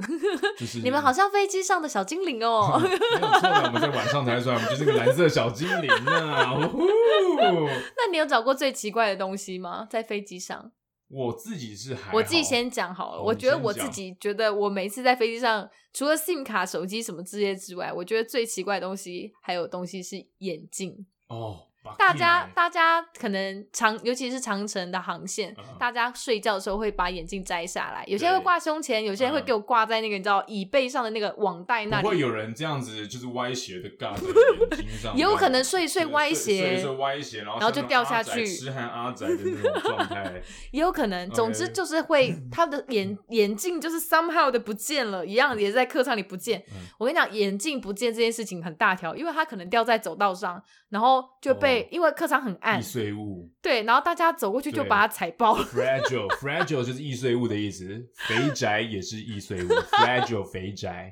S2: 就是
S3: 你们好像飞机上的小精灵 哦。
S2: 没有错的，我们在晚上才出来，我们就是个蓝色小精灵啊！呜呼
S3: 那你有找过最奇怪的东西吗？在飞机上？
S2: 我自己是还好
S3: 我自己先讲好了，
S2: 好
S3: 我
S2: 你
S3: 觉得
S2: 先
S3: 我自
S2: 讲
S3: 己觉得我每次在飞机上，除了 SIM 卡、手机什么这些之外，我觉得最奇怪的东西还有东西是眼镜。
S2: 哦，把
S3: 大家
S2: 屁
S3: 大家可能长，尤其是长城的航线，
S2: 嗯
S3: 大家睡觉的时候会把眼镜摘下来，有些人会
S2: 对
S3: 挂胸前，有些人会
S2: 嗯
S3: 给我挂在那个你知道椅背上的那个网袋那
S2: 不会
S3: 里。
S2: 有人这样子就是歪斜的尬在眼睛上，
S3: 也有可能睡一睡
S2: 对
S3: 歪
S2: 睡
S3: 斜
S2: 一睡歪斜，然后啊
S3: 然后就
S2: 像那种
S3: 掉下
S2: 阿宅
S3: 去
S2: 痴汉阿宅的那种状 态。
S3: 也有可能，总之
S2: 嗯 OK
S3: 就是 会他的眼眼镜就是 somehow 的不见了，一样也是在客舱里不见。
S2: 嗯
S3: 我跟你讲，眼镜不见这件事情很大条，因为他可能掉在走道上，然后就被、
S2: 哦
S3: 因为客舱很暗
S2: 易，碎物
S3: 对，然后大家走过去就
S2: 对
S3: 把它踩爆了。
S2: ，fragile，fragile 就是易碎物的意思，肥宅也是易碎物，fragile 肥宅。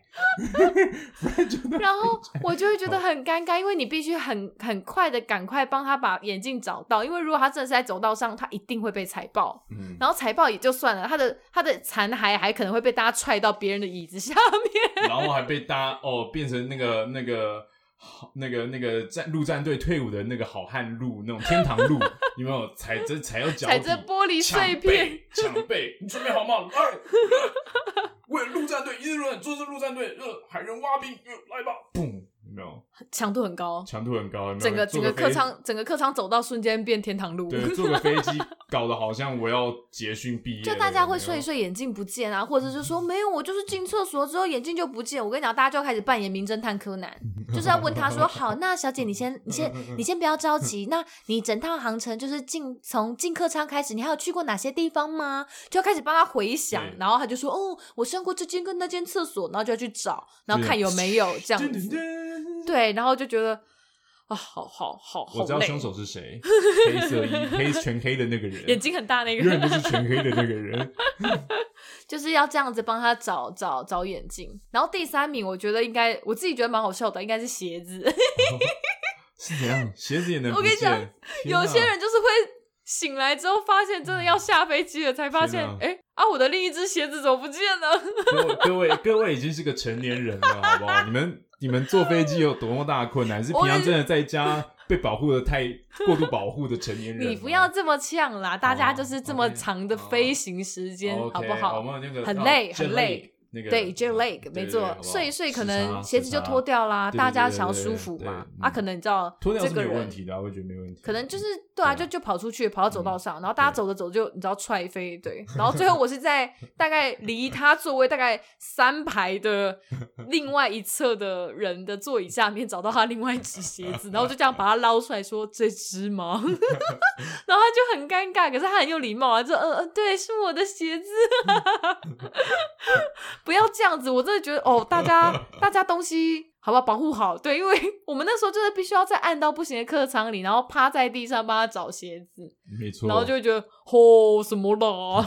S3: 然 后我就会觉得
S2: 哦
S3: 很尴尬，因为你必须很很快的赶快帮他把眼镜找到，因为如果他真的是在走道上，他一定会被踩爆。
S2: 嗯，
S3: 然后踩爆也就算了，他的他的残骸还可能会被大家踹到别人的椅子下面。
S2: 然后还被搭哦，变成那个那个那个那个战陆战队退伍的那个好汉路那种天堂路，有没有踩着踩到脚底，
S3: 踩着玻璃碎片，
S2: 抢背，抢背，你准备好吗？来，为了陆战队一日论，做事陆战队，呃，海人挖兵，呃，来吧，砰，有没有？
S3: 强度很高，
S2: 强度很高，有没有？
S3: 整个
S2: 坐
S3: 整个
S2: 飞
S3: 客。舱整个客舱走到瞬间变天堂路，
S2: 对，坐个飞机搞得好像我要结训毕业了，
S3: 就大家会
S2: 有没有
S3: 睡一睡眼镜不见啊，或者是说没有，我就是进厕所之后眼镜就不见。我跟你讲，大家就要开始扮演名侦探柯南，就是要问他说：“好，那小姐你先你 先你先不要着急，那你整趟航程就是进从进客舱开始，你还有去过哪些地方吗？”就要开始帮他回想
S2: 对，
S3: 然后他就说：“哦，我上过这间跟那间厕所。”然后就要去找，然后看有没 有这样
S2: 噔噔
S3: 子。
S2: 噔
S3: 对，然后就觉得啊，好好好好
S2: 我知道
S3: 累
S2: 凶手 是谁，黑色衣黑全黑的那个人，
S3: 眼睛很大那个
S2: 永
S3: 人
S2: 远，都是全黑的那个人。
S3: 就是要这样子帮他找找找眼镜。然后第三名，我觉得应该我自己觉得蛮好笑的，应该是鞋子。
S2: 是怎样？鞋子也能
S3: 我跟你
S2: 不见
S3: 讲
S2: 天哪
S3: 有些人就是会醒来之后发现真的要下飞机了，才发现
S2: 天啊
S3: 哎啊我的另一只鞋子怎么不见了？
S2: 各位各位各位已经是个成年人了，好不好？你们你们坐飞机有多么大的困难？是平常真的在家被保护的太过度保护的成年人 吗？
S3: 你不要这么呛啦，大家就是这么
S2: 哦 OK，
S3: 长的
S2: 好
S3: 飞行时间，
S2: OK，
S3: 好不好
S2: 我？们那个
S3: 很累
S2: 哦
S3: 很
S2: jet
S3: 累
S2: lag，那个啊
S3: 对 jet lag，没错，睡一睡可能鞋子就脱。掉啦，
S2: 时差
S3: 大家
S2: 对对对
S3: 想要
S2: 对
S3: 舒服嘛
S2: 对，嗯
S3: 啊，可能你知道
S2: 好不好时
S3: 这
S2: 差时差脱掉是
S3: 个
S2: 没有问
S3: 人
S2: 题的啊，我觉得没问题。
S3: 可能就是对啊，
S2: 对
S3: 就
S2: 啊嗯
S3: 就跑出去，跑到走道上，然后大家走着走着就你知道踹飞，对，然后最后我是 在大概离他座位大概三排 的另外一侧的人的座椅下面找到他另外一只鞋子，然后就 这样把它捞出来说这只吗？ 然后他就很呃尴尬，可是他很有礼貌啊，就嗯嗯，对，是我的鞋子， 不要这样子，我真的觉得哦，大 家大家东西好不好保护好？对，因为我们那时候真的必须要在暗到不行的客舱里，然后趴在地上帮他找鞋子，
S2: 嗯没错。
S3: 然后就会觉得哦什么啦，
S2: 哦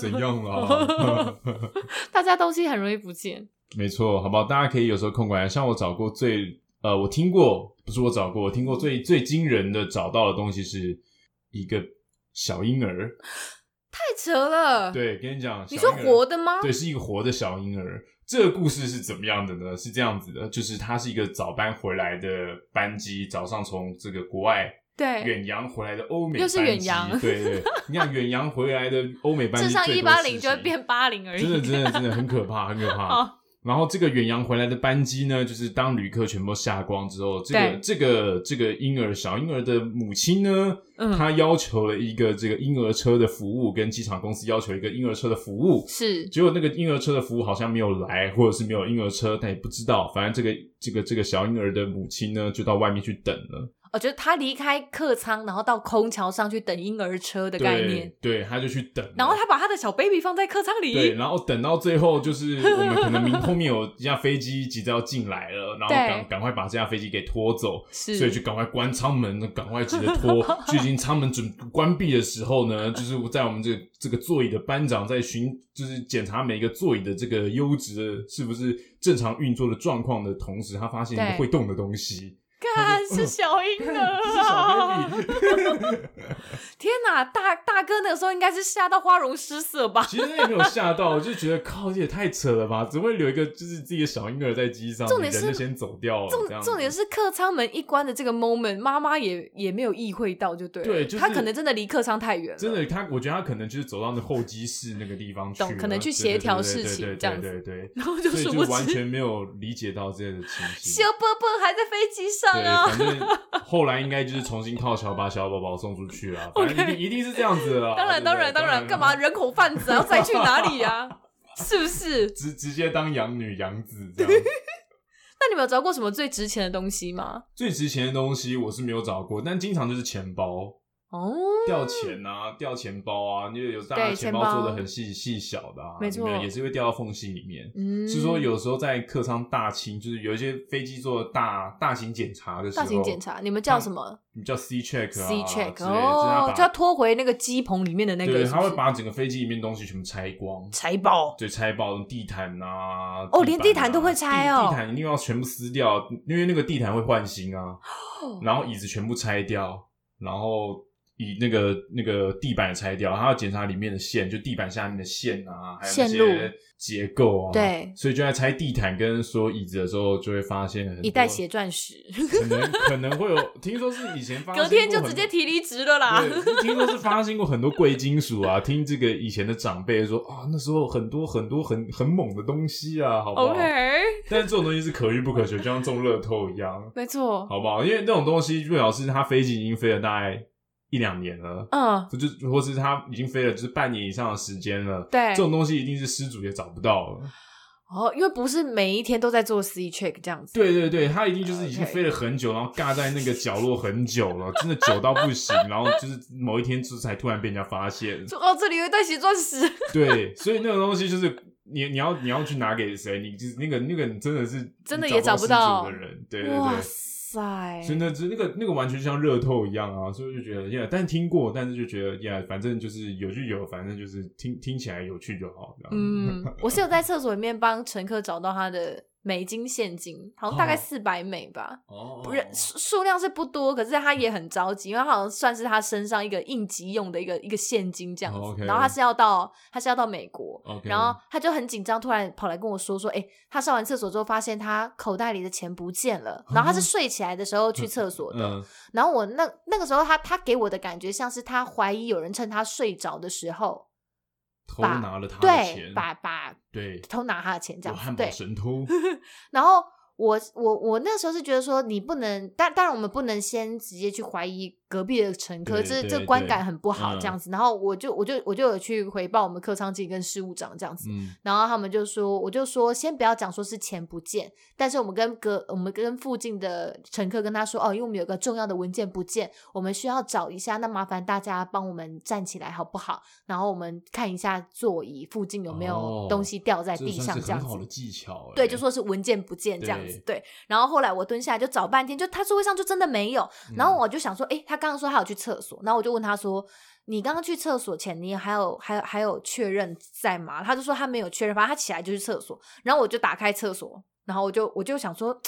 S2: 怎样啊啦？
S3: 大家东西很容易不见。
S2: 没错，好不好？大家可以有时候空过来，像我找过最呃，我听过不是我找过，我听过最最惊人的找到的东西是一个小婴儿。
S3: 太扯了！，
S2: 对，跟你讲，
S3: 啊你
S2: 小
S3: 说
S2: 婴儿
S3: 活的吗？
S2: 对，是一个活的小婴儿。这个故事是怎么样的呢？是这样子的，就是他是一个早班回来的班机，早上从这个国外
S3: 对，
S2: 远洋回来的欧美
S3: 哎又是
S2: 班
S3: 远
S2: 机
S3: 洋
S2: 对对，你看远洋回来的欧美班机
S3: 至上
S2: 最
S3: 一
S2: 多
S3: 八
S2: 事
S3: 零 就会
S2: 情
S3: 变八零而已。
S2: 真 的真的真的很可怕，很可怕。
S3: 哦，
S2: 然后这个远洋回来的班机呢，就是当旅客全部都下光之后，这个
S3: 对
S2: 这个这个婴儿小婴儿的母亲呢，
S3: 嗯，
S2: 她要求了一个这个婴儿车的服务，跟机场公司要求一个婴儿车的服务。
S3: 是
S2: 结果那个婴儿车的服务好像没有来，或者是没有婴儿车，但也不知道。反正这个这个这个小婴儿的母亲呢，就到外面去等了。
S3: 我觉得哦他离开客舱，然后到空桥上去等婴儿车的概念，
S2: 对，对，她就去等了。
S3: 然后他把他的小 baby 放在客舱里，
S2: 对，然后等到最后，就是我们可能明后面有一架飞机即将要进来了，然后赶
S3: 对
S2: 赶快把这架飞机给拖走，
S3: 是，
S2: 所以就赶快关舱门，赶快急着 拖。就已经舱门准关闭的时候呢，就是在我们这个这个座椅的班长在巡，就是检查每一个座椅的这个优质的是不是正常运作的状况的同时，他发现一个
S3: 对
S2: 会动的 东西，
S3: 看是小婴儿
S2: 嗯 是
S3: 啊
S2: 小 baby。
S3: 天哪，大大哥那个时候应该是吓到花容失色吧？
S2: 其实也没有吓到，我就觉得靠，这也太扯了吧！只会留一个就是自己的小婴儿在机上，
S3: 重点
S2: 人
S3: 是
S2: 就先走掉了。这
S3: 重
S2: 样
S3: 重点
S2: 子
S3: 是客舱门一关的这个 moment，妈妈也也没有意会到，就对了。
S2: 对就是
S3: 他可能真的离客舱太远了。
S2: 真的，他我觉得他可能就是走到那后机室那个地方去了，
S3: 懂可能去协调事情
S2: 对对对对
S3: 这样子
S2: 对对对
S3: 然后就
S2: 所以
S3: 殊
S2: 就
S3: 不
S2: 完
S3: 知，
S2: 全没有理解到这样的情形
S3: 小。波波还在飞机上
S2: 对，
S3: 啊！
S2: 反正后来应该就是重新套桥把小宝宝送出去啊，反正一定一定是这样子了。
S3: 当然，
S2: 对
S3: 当
S2: 不对
S3: 然，当然，
S2: 然，
S3: 干嘛？人口贩子啊？要再去哪里呀、是不是？
S2: 直直接当养女养子这样。
S3: 那你们有找过什么最值钱的东西吗？
S2: 最值钱的东西我是没有找过，但经常就是钱包
S3: 哦，
S2: 掉钱啊，掉钱包啊，因为有时候大家
S3: 对
S2: 钱
S3: 钱
S2: 包
S3: 包
S2: 做的很细细小的啊，
S3: 没错
S2: 也是会掉到缝隙里面。
S3: 嗯，
S2: 是说有时候在客舱大清，就是有一些飞机做大大型检查的时候，
S3: 大型检，查，你们叫什么
S2: 你叫 C check 啊
S3: C check？
S2: 之类的就是他
S3: 哦
S2: 把，
S3: 就要拖回那个机棚里面的那个，
S2: 对，
S3: 是不
S2: 他会
S3: 是
S2: 把整个飞机里面的东西全部拆光，
S3: 财宝。
S2: 对，拆包地毯啊，
S3: 哦连
S2: 板啊
S3: 地毯都会拆哦
S2: 地地毯一定要全部撕掉，因为那个地毯会换新啊，
S3: 哦
S2: 然后椅子全部拆掉，然后。以那个那个地板拆掉，他要检查里面的线，就地板下面的线啊，还有那
S3: 线路
S2: 些结构啊，
S3: 对
S2: 所以就在拆地毯跟所有椅子的时候，就会发现很多
S3: 一袋血钻石，
S2: 可能可能会有，听说是以前发生
S3: 隔天
S2: 过
S3: 就
S2: 很
S3: 直接提离职了啦。
S2: 对，听说是发生过很多贵金属啊。听这个以前的长辈说啊，那时候很多很多很很猛的东西啊，好不好
S3: OK，
S2: 但是这种东西是可遇不可求，就像中乐透一样，
S3: 没错，
S2: 好不好？因为那种东西，就表示他飞机已经飞了大概一两年了，
S3: 嗯，
S2: 就就或是他已经飞了就是半年以上的时间了。
S3: 对
S2: 这，种东西一定是失主也找不到了。
S3: 哦，因为不是每一天都在做 C check 这样子，
S2: 对对对，他一定就是已经
S3: OK
S2: 飞了很久，然后尬在那个角落很久了，真的久到不行，然后就是某一天就是才突然被人家发现。
S3: 说哦，这里有一袋血钻石，
S2: 对，所以那种东西就是你你要你要去拿给谁，你就是那个那个你真的是
S3: 真的
S2: 你
S3: 也
S2: 找
S3: 找
S2: 不
S3: 不
S2: 到
S3: 到
S2: 失主的人，对对
S3: 哇
S2: 对。
S3: 塞，
S2: 所以那就那个那个完全就像热透一样啊，所以就觉得呀，但听过，但是就觉得呀，反正就是有就有，反正就是听听起来有趣就好。这样
S3: 嗯，我是有在厕所里面帮乘客找到他的美金现金，好像大概
S2: 哦
S3: 四百美吧，
S2: 哦，
S3: 不是数数量是不多，可是他也很着急，因为他好像算是他身上一个应急用的一个一个现金这样子。
S2: 哦，OK
S3: 然后他是要到他是要到美国
S2: OK
S3: 然后他就很紧张，突然跑来跟我说说，哎、他上完厕所之后发现他口袋里的钱不见了，然后他是睡起来的时候去厕所的，
S2: 哦嗯，
S3: 然后我那那个时候他他给我的感觉像是他怀疑有人趁他睡着的时候，
S2: 偷
S3: 把
S2: 拿了他的
S3: 对，
S2: 钱，
S3: 把把
S2: 对，
S3: 偷拿他的钱这
S2: 有
S3: 样子
S2: 汉，堡
S3: 对，
S2: 神偷，
S3: 然后我我我那时候是觉得说，你不能，当当然我们不能先直接去怀疑隔壁的乘客，
S2: 对
S3: 这
S2: 对
S3: 这观
S2: 对
S3: 感很不好
S2: 嗯
S3: 这样子。然后我就我就我就有去回报我们客舱经理跟事务长这样子，
S2: 嗯，
S3: 然后他们就说，我就说先不要讲说是钱不见，但是我们跟隔我们跟附近的乘客跟他说，哦，因为我们有个重要的文件不见，我们需要找一下，那麻烦大家帮我们站起来好不好？然后我们看一下座椅附近有没有
S2: 哦
S3: 东西掉在
S2: 这
S3: 地
S2: 算
S3: 上
S2: 是
S3: 这样
S2: 很
S3: 子。
S2: 好的技巧欸，
S3: 对，就说是文件不见这样子，对。然后后来我蹲下来就找半天，就他座位上就真的没有。然
S2: 嗯
S3: 后我就想说，诶，他刚刚说他有去厕所，然后我就问他说，你刚刚去厕所前，你还有还有还有确认在吗？他就说他没有确认，反正他起来就去厕所。然后我就打开厕所，然后我就我就想说，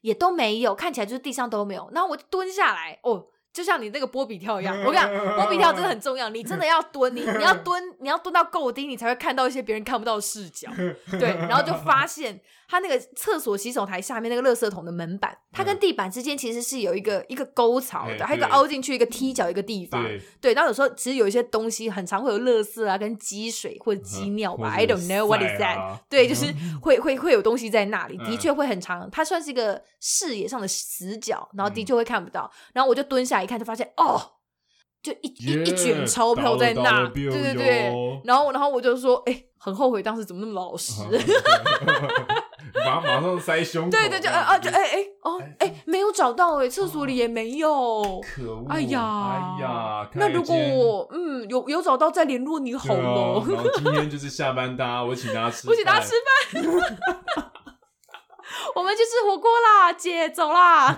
S3: 也都没有，看起来就是地上都没有。然后我就蹲下来，哦。就像你那个波比跳一样，我跟你讲，波比跳真的很重要，你真的要蹲，你你要蹲，你要蹲到够低，你才会看到一些别人看不到的视角。对，然后就发现他那个厕所洗手台下面那个垃圾桶的门板，它跟地板之间其实是有一个一个沟槽
S2: 嗯哎
S3: 的，还有一个
S2: 对
S3: 凹进去一个踢脚一个地方。
S2: 对，
S3: 对，然后有时候其实有一些东西很常会有垃圾啊，跟积水或
S2: 嗯
S3: 者积尿吧、i don't know what is that、对，
S2: 啊
S3: 就是会会会有东西在那里，的
S2: 嗯
S3: 确会很长，它算是一个视野上的死角，然
S2: 嗯
S3: 后的确会看不到。然后我就蹲下一看，就发现哦，就一一一卷钞票在那，对对对。然后然后我就说，哎、很后悔当时怎么那么老
S2: 啊
S3: 实。
S2: 对，马马上塞胸 口，
S3: 对对，就
S2: 这
S3: 呃
S2: 样
S3: 啊
S2: 子
S3: 就哎哎哦哎，没有找到哎，厕所
S2: 哦
S3: 里也没有。
S2: 可恶，
S3: 哎呀
S2: 哎呀，看
S3: 那
S2: 来
S3: 如果
S2: 今天
S3: 我嗯有有找到再联络你好
S2: 对
S3: 喽
S2: 啊。然后今天就是下班大家我请大家吃饭，
S3: 我请大家吃饭， 我们去吃火锅啦，姐走啦，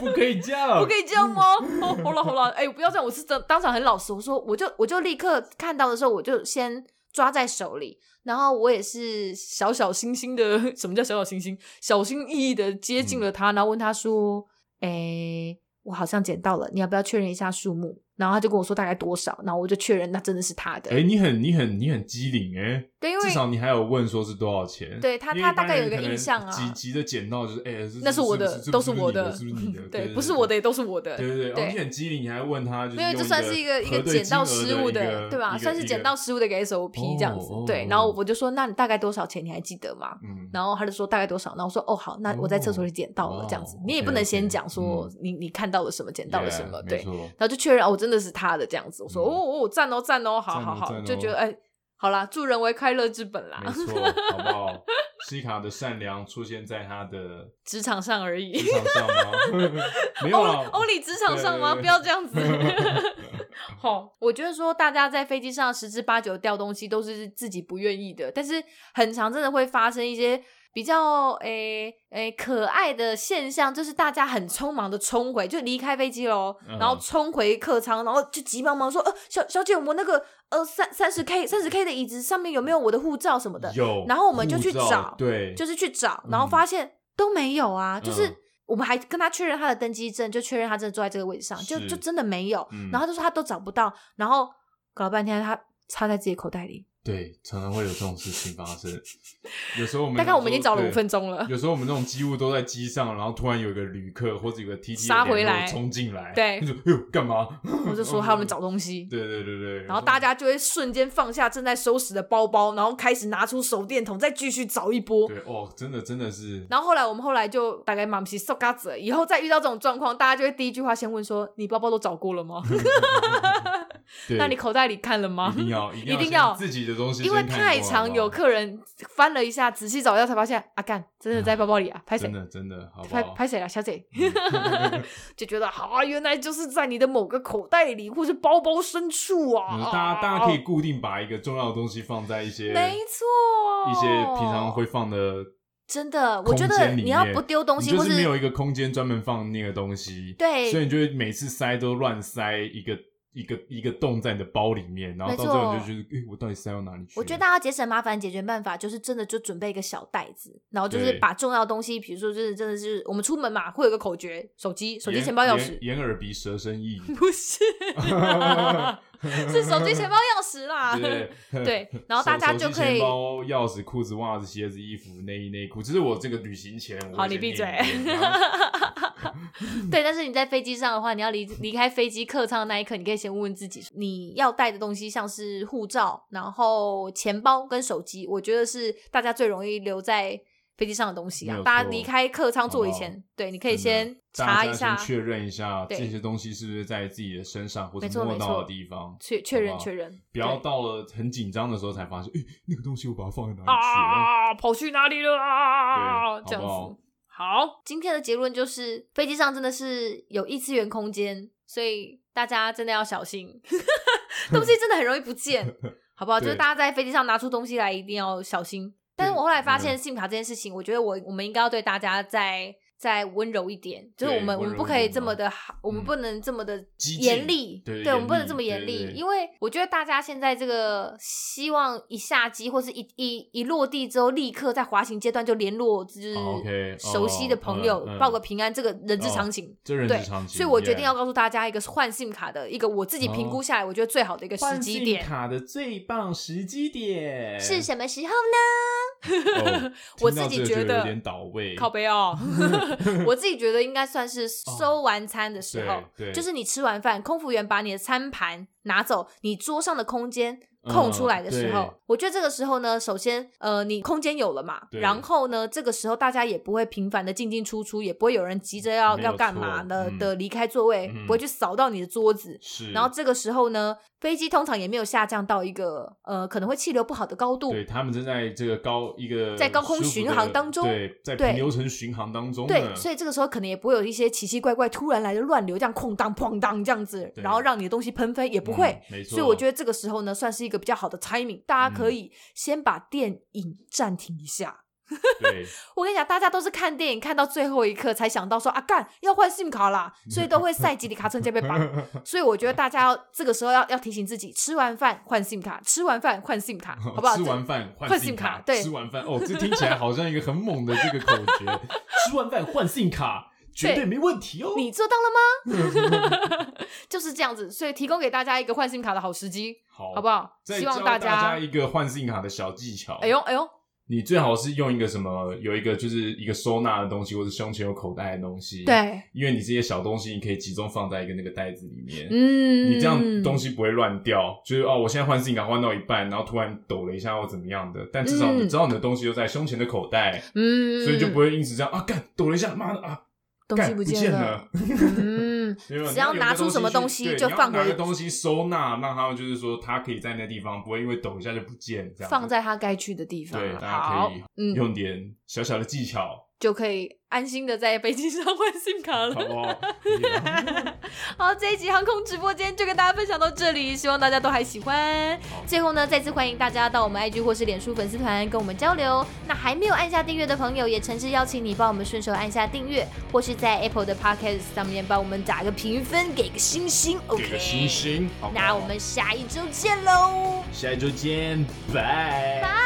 S2: 不可以这样，
S3: 不可以这样吗？哦，好了好了，哎、不要这样，我是真当场很老实，我说我就我就立刻看到的时候，我就先抓在手里，然后我也是小小心心的， 什么叫小小心心？小心翼翼的接近了他，然后问他说，哎、我好像捡到了，你要不要确认一下数目？然后他就跟我说大概多少，然后我就确认那真的是他的，
S2: 哎、你很你很你很机灵哎、
S3: 对，因为
S2: 至少你还有问说是多少钱。
S3: 对他
S2: 因为
S3: 他
S2: 一般
S3: 大概有
S2: 人
S3: 一个
S2: 可能
S3: 印象啊
S2: 急急的捡到就是哎、这
S3: 那是我的
S2: 不这，
S3: 都
S2: 不是
S3: 我
S2: 你的，
S3: 的
S2: 是不是你的？，
S3: 对，不是我的也都是我的，
S2: 对对对，哦
S3: 对
S2: 你很机灵，你还问他，就是
S3: 因为这
S2: 用
S3: 算是一个一个
S2: 核对
S3: 捡到
S2: 金额
S3: 失误
S2: 的一
S3: 的，
S2: 个，
S3: 对吧？
S2: 一个嗯
S3: 算是捡到，失误的一个 SOP 这样子
S2: 哦哦，
S3: 对
S2: 哦。
S3: 然后我就说，那你大概多少钱？你还记得吗？
S2: 一个嗯，
S3: 然后他就说大概多少，然后我说哦好，那我在厕所里捡到了
S2: 哦
S3: 这样子
S2: 哦，
S3: 你也不
S2: OK，OK，
S3: 能先讲说
S2: 嗯
S3: 你你看到了什么，捡到了什么，
S2: Yeah，
S3: 对
S2: 没。错
S3: 然后就确认哦真的是他的这样子，我说
S2: 嗯
S3: 哦哦赞哦赞哦，好
S2: 赞哦
S3: 好好，
S2: 赞哦
S3: 就觉得哎好啦，助人为快乐之本啦
S2: 没，错，好不好？西卡的善良出现在他的
S3: 职场上而已
S2: 职。场 上吗？没有啊
S3: Only only 职场上吗？
S2: 对对对
S3: 不要这样子。 好，我觉得说大家在飞机上十之八九掉东西都是自己不愿意的，但是很常真的会发生一些比较诶诶可爱的现象，就是大家很匆忙的冲回，就离开飞机喽，
S2: 嗯
S3: 然后冲回客舱，然后就急忙忙说呃小小姐，我那个呃三三十 K 三十 K 的椅子上面有没有我的护照什么的？
S2: 有，
S3: 然后我们就
S2: 护
S3: 去
S2: 照
S3: 找
S2: 对，
S3: 就是去找，然后发现都没有啊，就是
S2: 嗯
S3: 我们还跟他确认他的登机证，就确认他真的坐在这个位置上，就是就真的没有。
S2: 嗯
S3: 然后他就说他都找不到，然后搞了半天他插在自己口袋里，
S2: 对，常常会有这种事情发生。有时候我们
S3: 大概
S2: 有
S3: 我们已
S2: 时
S3: 经找
S2: 候
S3: 了
S2: 对
S3: 五分钟 了。
S2: 有时候我们那种机务都在机上，然后突然有一个旅客或者有个 T T
S3: 杀回来
S2: 冲进来，
S3: 对
S2: 就说哎呦干嘛？
S3: 我就说他们找东西，
S2: 对对对对，
S3: 然后大家就会瞬间放下正在收拾的包包，然后开始拿出手电筒，再继续找一波。
S2: 对哦，真的真的是，
S3: 然后后来我们后来就大概满皮瘦嘎子，以后再遇到这种状况，大家就会第一句话先问说：“你包包都找过了吗？
S2: 对
S3: 那你口袋里看了吗？”
S2: 一定 要
S3: 一
S2: 一
S3: 定要
S2: 先自己的东西先
S3: 因
S2: 看过，
S3: 为太
S2: 好
S3: 常
S2: 不
S3: 有
S2: 好
S3: 客人翻了一下，仔细找一下才发现，啊干，真的在包包里啊，拍谁
S2: 真？的真的好不
S3: 拍
S2: 好？嗯
S3: 拍谁了，啊小姐？ 就觉得啊，原来就是在你的某个口袋里，或是包包深处啊
S2: 嗯。
S3: 啊
S2: 大家大家可以固定把一个重要的东西放在一些
S3: 没错，
S2: 一些平常会放的
S3: 真的，我
S2: 空
S3: 觉
S2: 间里面，
S3: 得你要不丢东西，
S2: 你
S3: 或
S2: 就是没有一个空间专门放那个东西，
S3: 对
S2: 所以你就会每次塞都乱塞一个一个一个洞在你的包里面，然后
S3: 没
S2: 到
S3: 错
S2: 最后你就觉得，诶，我到底塞到哪里去了？
S3: 我觉得大家节省麻烦解决办法就是真的就准备一个小袋子，然后就是
S2: 对
S3: 把重要东西，比如说就是真的是我们出门嘛，会有个口诀，手机、手机、
S2: 眼
S3: 钱包、钥
S2: 眼
S3: 匙，
S2: 眼耳鼻舌 身意，
S3: 不 是，是手机、钱包、钥匙啦。
S2: 对
S3: 啊 对然后大家
S2: 手手
S3: 就
S2: 机
S3: 可以
S2: 钱包、钥匙、裤子、袜子、鞋子、衣服、内衣、内裤，这是我这个旅行前我会
S3: 好你
S2: 先
S3: 闭
S2: 念一遍嗯
S3: 对，但是你在飞机上的话，你要离离开飞机客舱的那一刻，你可以先问问自己，你要带的东西像是护照、然后钱包跟手机，我觉得是大家最容易留在飞机上的东西
S2: 没
S3: 啊
S2: 有，
S3: 大家
S2: 错
S3: 离开客舱座椅
S2: 好不好
S3: 前，对，你可以
S2: 真的
S3: 先
S2: 大
S3: 查
S2: 家
S3: 一下，
S2: 先确认一下
S3: 对
S2: 这些东西是不是在自己的身上或者
S3: 没错
S2: 摸
S3: 没
S2: 到
S3: 错
S2: 的地方，
S3: 确确
S2: 好
S3: 认
S2: 不好
S3: 确认，
S2: 不要
S3: 对
S2: 到了很紧张的时候才发现，诶，那个东西我把它放在哪里去了？
S3: 啊，跑去哪里了啊？
S2: 对
S3: 这样
S2: 好不好
S3: 子。好，今天的结论就是，飞机上真的是有异次元空间，所以大家真的要小心，东西真的很容易不见，好不好？
S2: 对
S3: 就是大家在飞机上拿出东西来，一定要小心。但是我后来发现
S2: 嗯
S3: 信用卡这件事情，我觉得我我们应该要对大家再再温柔一点，就是
S2: 对
S3: 我们我
S2: 温
S3: 们
S2: 柔
S3: 不
S2: 一
S3: 可以
S2: 点
S3: 这
S2: 嘛
S3: 么的好，我们
S2: 嗯
S3: 不能这么的
S2: 激进
S3: 严厉，
S2: 对
S3: 我们
S2: 严
S3: 不能
S2: 厉
S3: 这么严
S2: 对
S3: 厉，
S2: 对
S3: 因为我觉得大家现在这个希望一下机或是一一一落地之后，立刻在滑行阶段就联络就是
S2: OK，
S3: 熟悉的朋友、
S2: 哦嗯嗯
S3: 报个平安，这个人之常情。
S2: 这人
S3: 对
S2: 之常情。
S3: 所以我决定
S2: yeah
S3: 要告诉大家一个换 SIM 卡的一个我自己评估下来，我觉得最好的一个时
S2: 换
S3: 机
S2: 信
S3: 点。
S2: 卡的最棒时机点
S4: 是什么时候呢？
S2: 哦
S3: 我
S2: 听到
S3: 自己
S2: 这个
S3: 觉
S2: 就
S3: 得
S2: 有点倒位，
S3: 靠背 哦，我自己觉得应该算是收完餐的时候，
S2: 哦对对
S3: 就是你吃完饭，空服员把你的餐盘拿走，你桌上的空间空出来的时候，
S2: 嗯对
S3: 我觉得这个时候呢，首先呃，你空间有了嘛，
S2: 对
S3: 然后呢，这个时候大家也不会频繁的进进出出，也不会有人急着要
S2: 没有
S3: 要干嘛的、
S2: 错
S3: 的离开座位，
S2: 嗯
S3: 不会去扫到你的桌子。
S2: 是，
S3: 然后这个时候呢，飞机通常也没有下降到一个呃可能会气流不好的高度，
S2: 对他们正在这个高一个
S3: 在高空
S2: 舒服
S3: 巡
S2: 的
S3: 航当中
S2: 对，在
S3: 对
S2: 平流层巡航当中呢，
S3: 对，所以这个时候可能也不会有一些奇奇怪怪突然来的乱流，这样哐当哐当这样子，
S2: 对
S3: 然后让你的东西喷飞也不会。
S2: 嗯没错，嗯
S3: 所以我觉得这个时候呢，算是一个比较好的 timing，大家可以先把电影暂停一下。
S2: 得 对，
S3: 我跟你讲，大家都是看电影看到最后一刻才想到说啊，干要换 SIM 卡啦，所以都会赛吉里卡车加被 绑。所以我觉得大家要这个时候要要提醒自己，吃完饭换 SIM 卡，吃完饭换 SIM 卡，好不好？
S2: 哦吃完饭
S3: 换
S2: 换
S3: SIM 卡
S2: 卡，
S3: 对
S2: 吃完饭哦，这听起来好像一个很猛的这个口诀，吃完饭换 SIM 卡，绝对没问题哦。
S3: 你做到 了吗？ 就是这样子，所以提供给大家一个换 SIM 卡的好时机。
S2: 好，
S3: 好不？好？
S2: 再
S3: 希
S2: 教
S3: 望
S2: 大
S3: 家，
S2: 一个换 SIM 卡的小技巧。
S3: 哎呦，哎呦，
S2: 你最好是用一个什么，有一个就是一个收纳的东西，或者胸前有口袋的东西。，
S3: 对，
S2: 因为你这些小东西，你可以集中放在一个那个袋子里面。
S3: 嗯，
S2: 你这样东西不会乱掉，就是哦，我现在换 SIM 卡换到一半，然后突然抖了一下或怎么样的，但至少
S3: 嗯
S2: 你知道你的东西就在胸前的口袋，
S3: 嗯，
S2: 所以就不会因此这样啊，干抖了一下，妈的啊，
S3: 东西
S2: 干
S3: 不
S2: 见
S3: 了，
S2: 了。
S3: 嗯，
S2: 没有
S3: 只要
S2: 你
S3: 拿
S2: 有个
S3: 出什么东西
S2: 去对
S3: 就
S2: 你要
S3: 放回
S2: 拿个东西收纳，让它就是说它可以在那地方，不会因为抖一下就不见这样子。
S3: 放在它该去的地方
S2: 对，，大家
S3: 好
S2: 可以，
S3: 嗯，
S2: 用点小小的技巧，
S3: 就可以安心的在飞机上换 SIM 卡
S2: 好
S3: 了。
S2: 不好？
S3: 好，这一集航空直播间就跟大家分享到这里，希望大家都还喜欢。最后呢，再次欢迎大家到我们 IG 或是脸书粉丝团跟我们交流。那还没有按下订阅的朋友，也诚挚邀请你帮我们顺手按下订阅，或是在 Apple 的 Podcast 上面帮我们打个评分，给个星星。OK，
S2: 给个星。星，好不好
S3: 那我们下一周见喽。
S2: 下一周见，拜。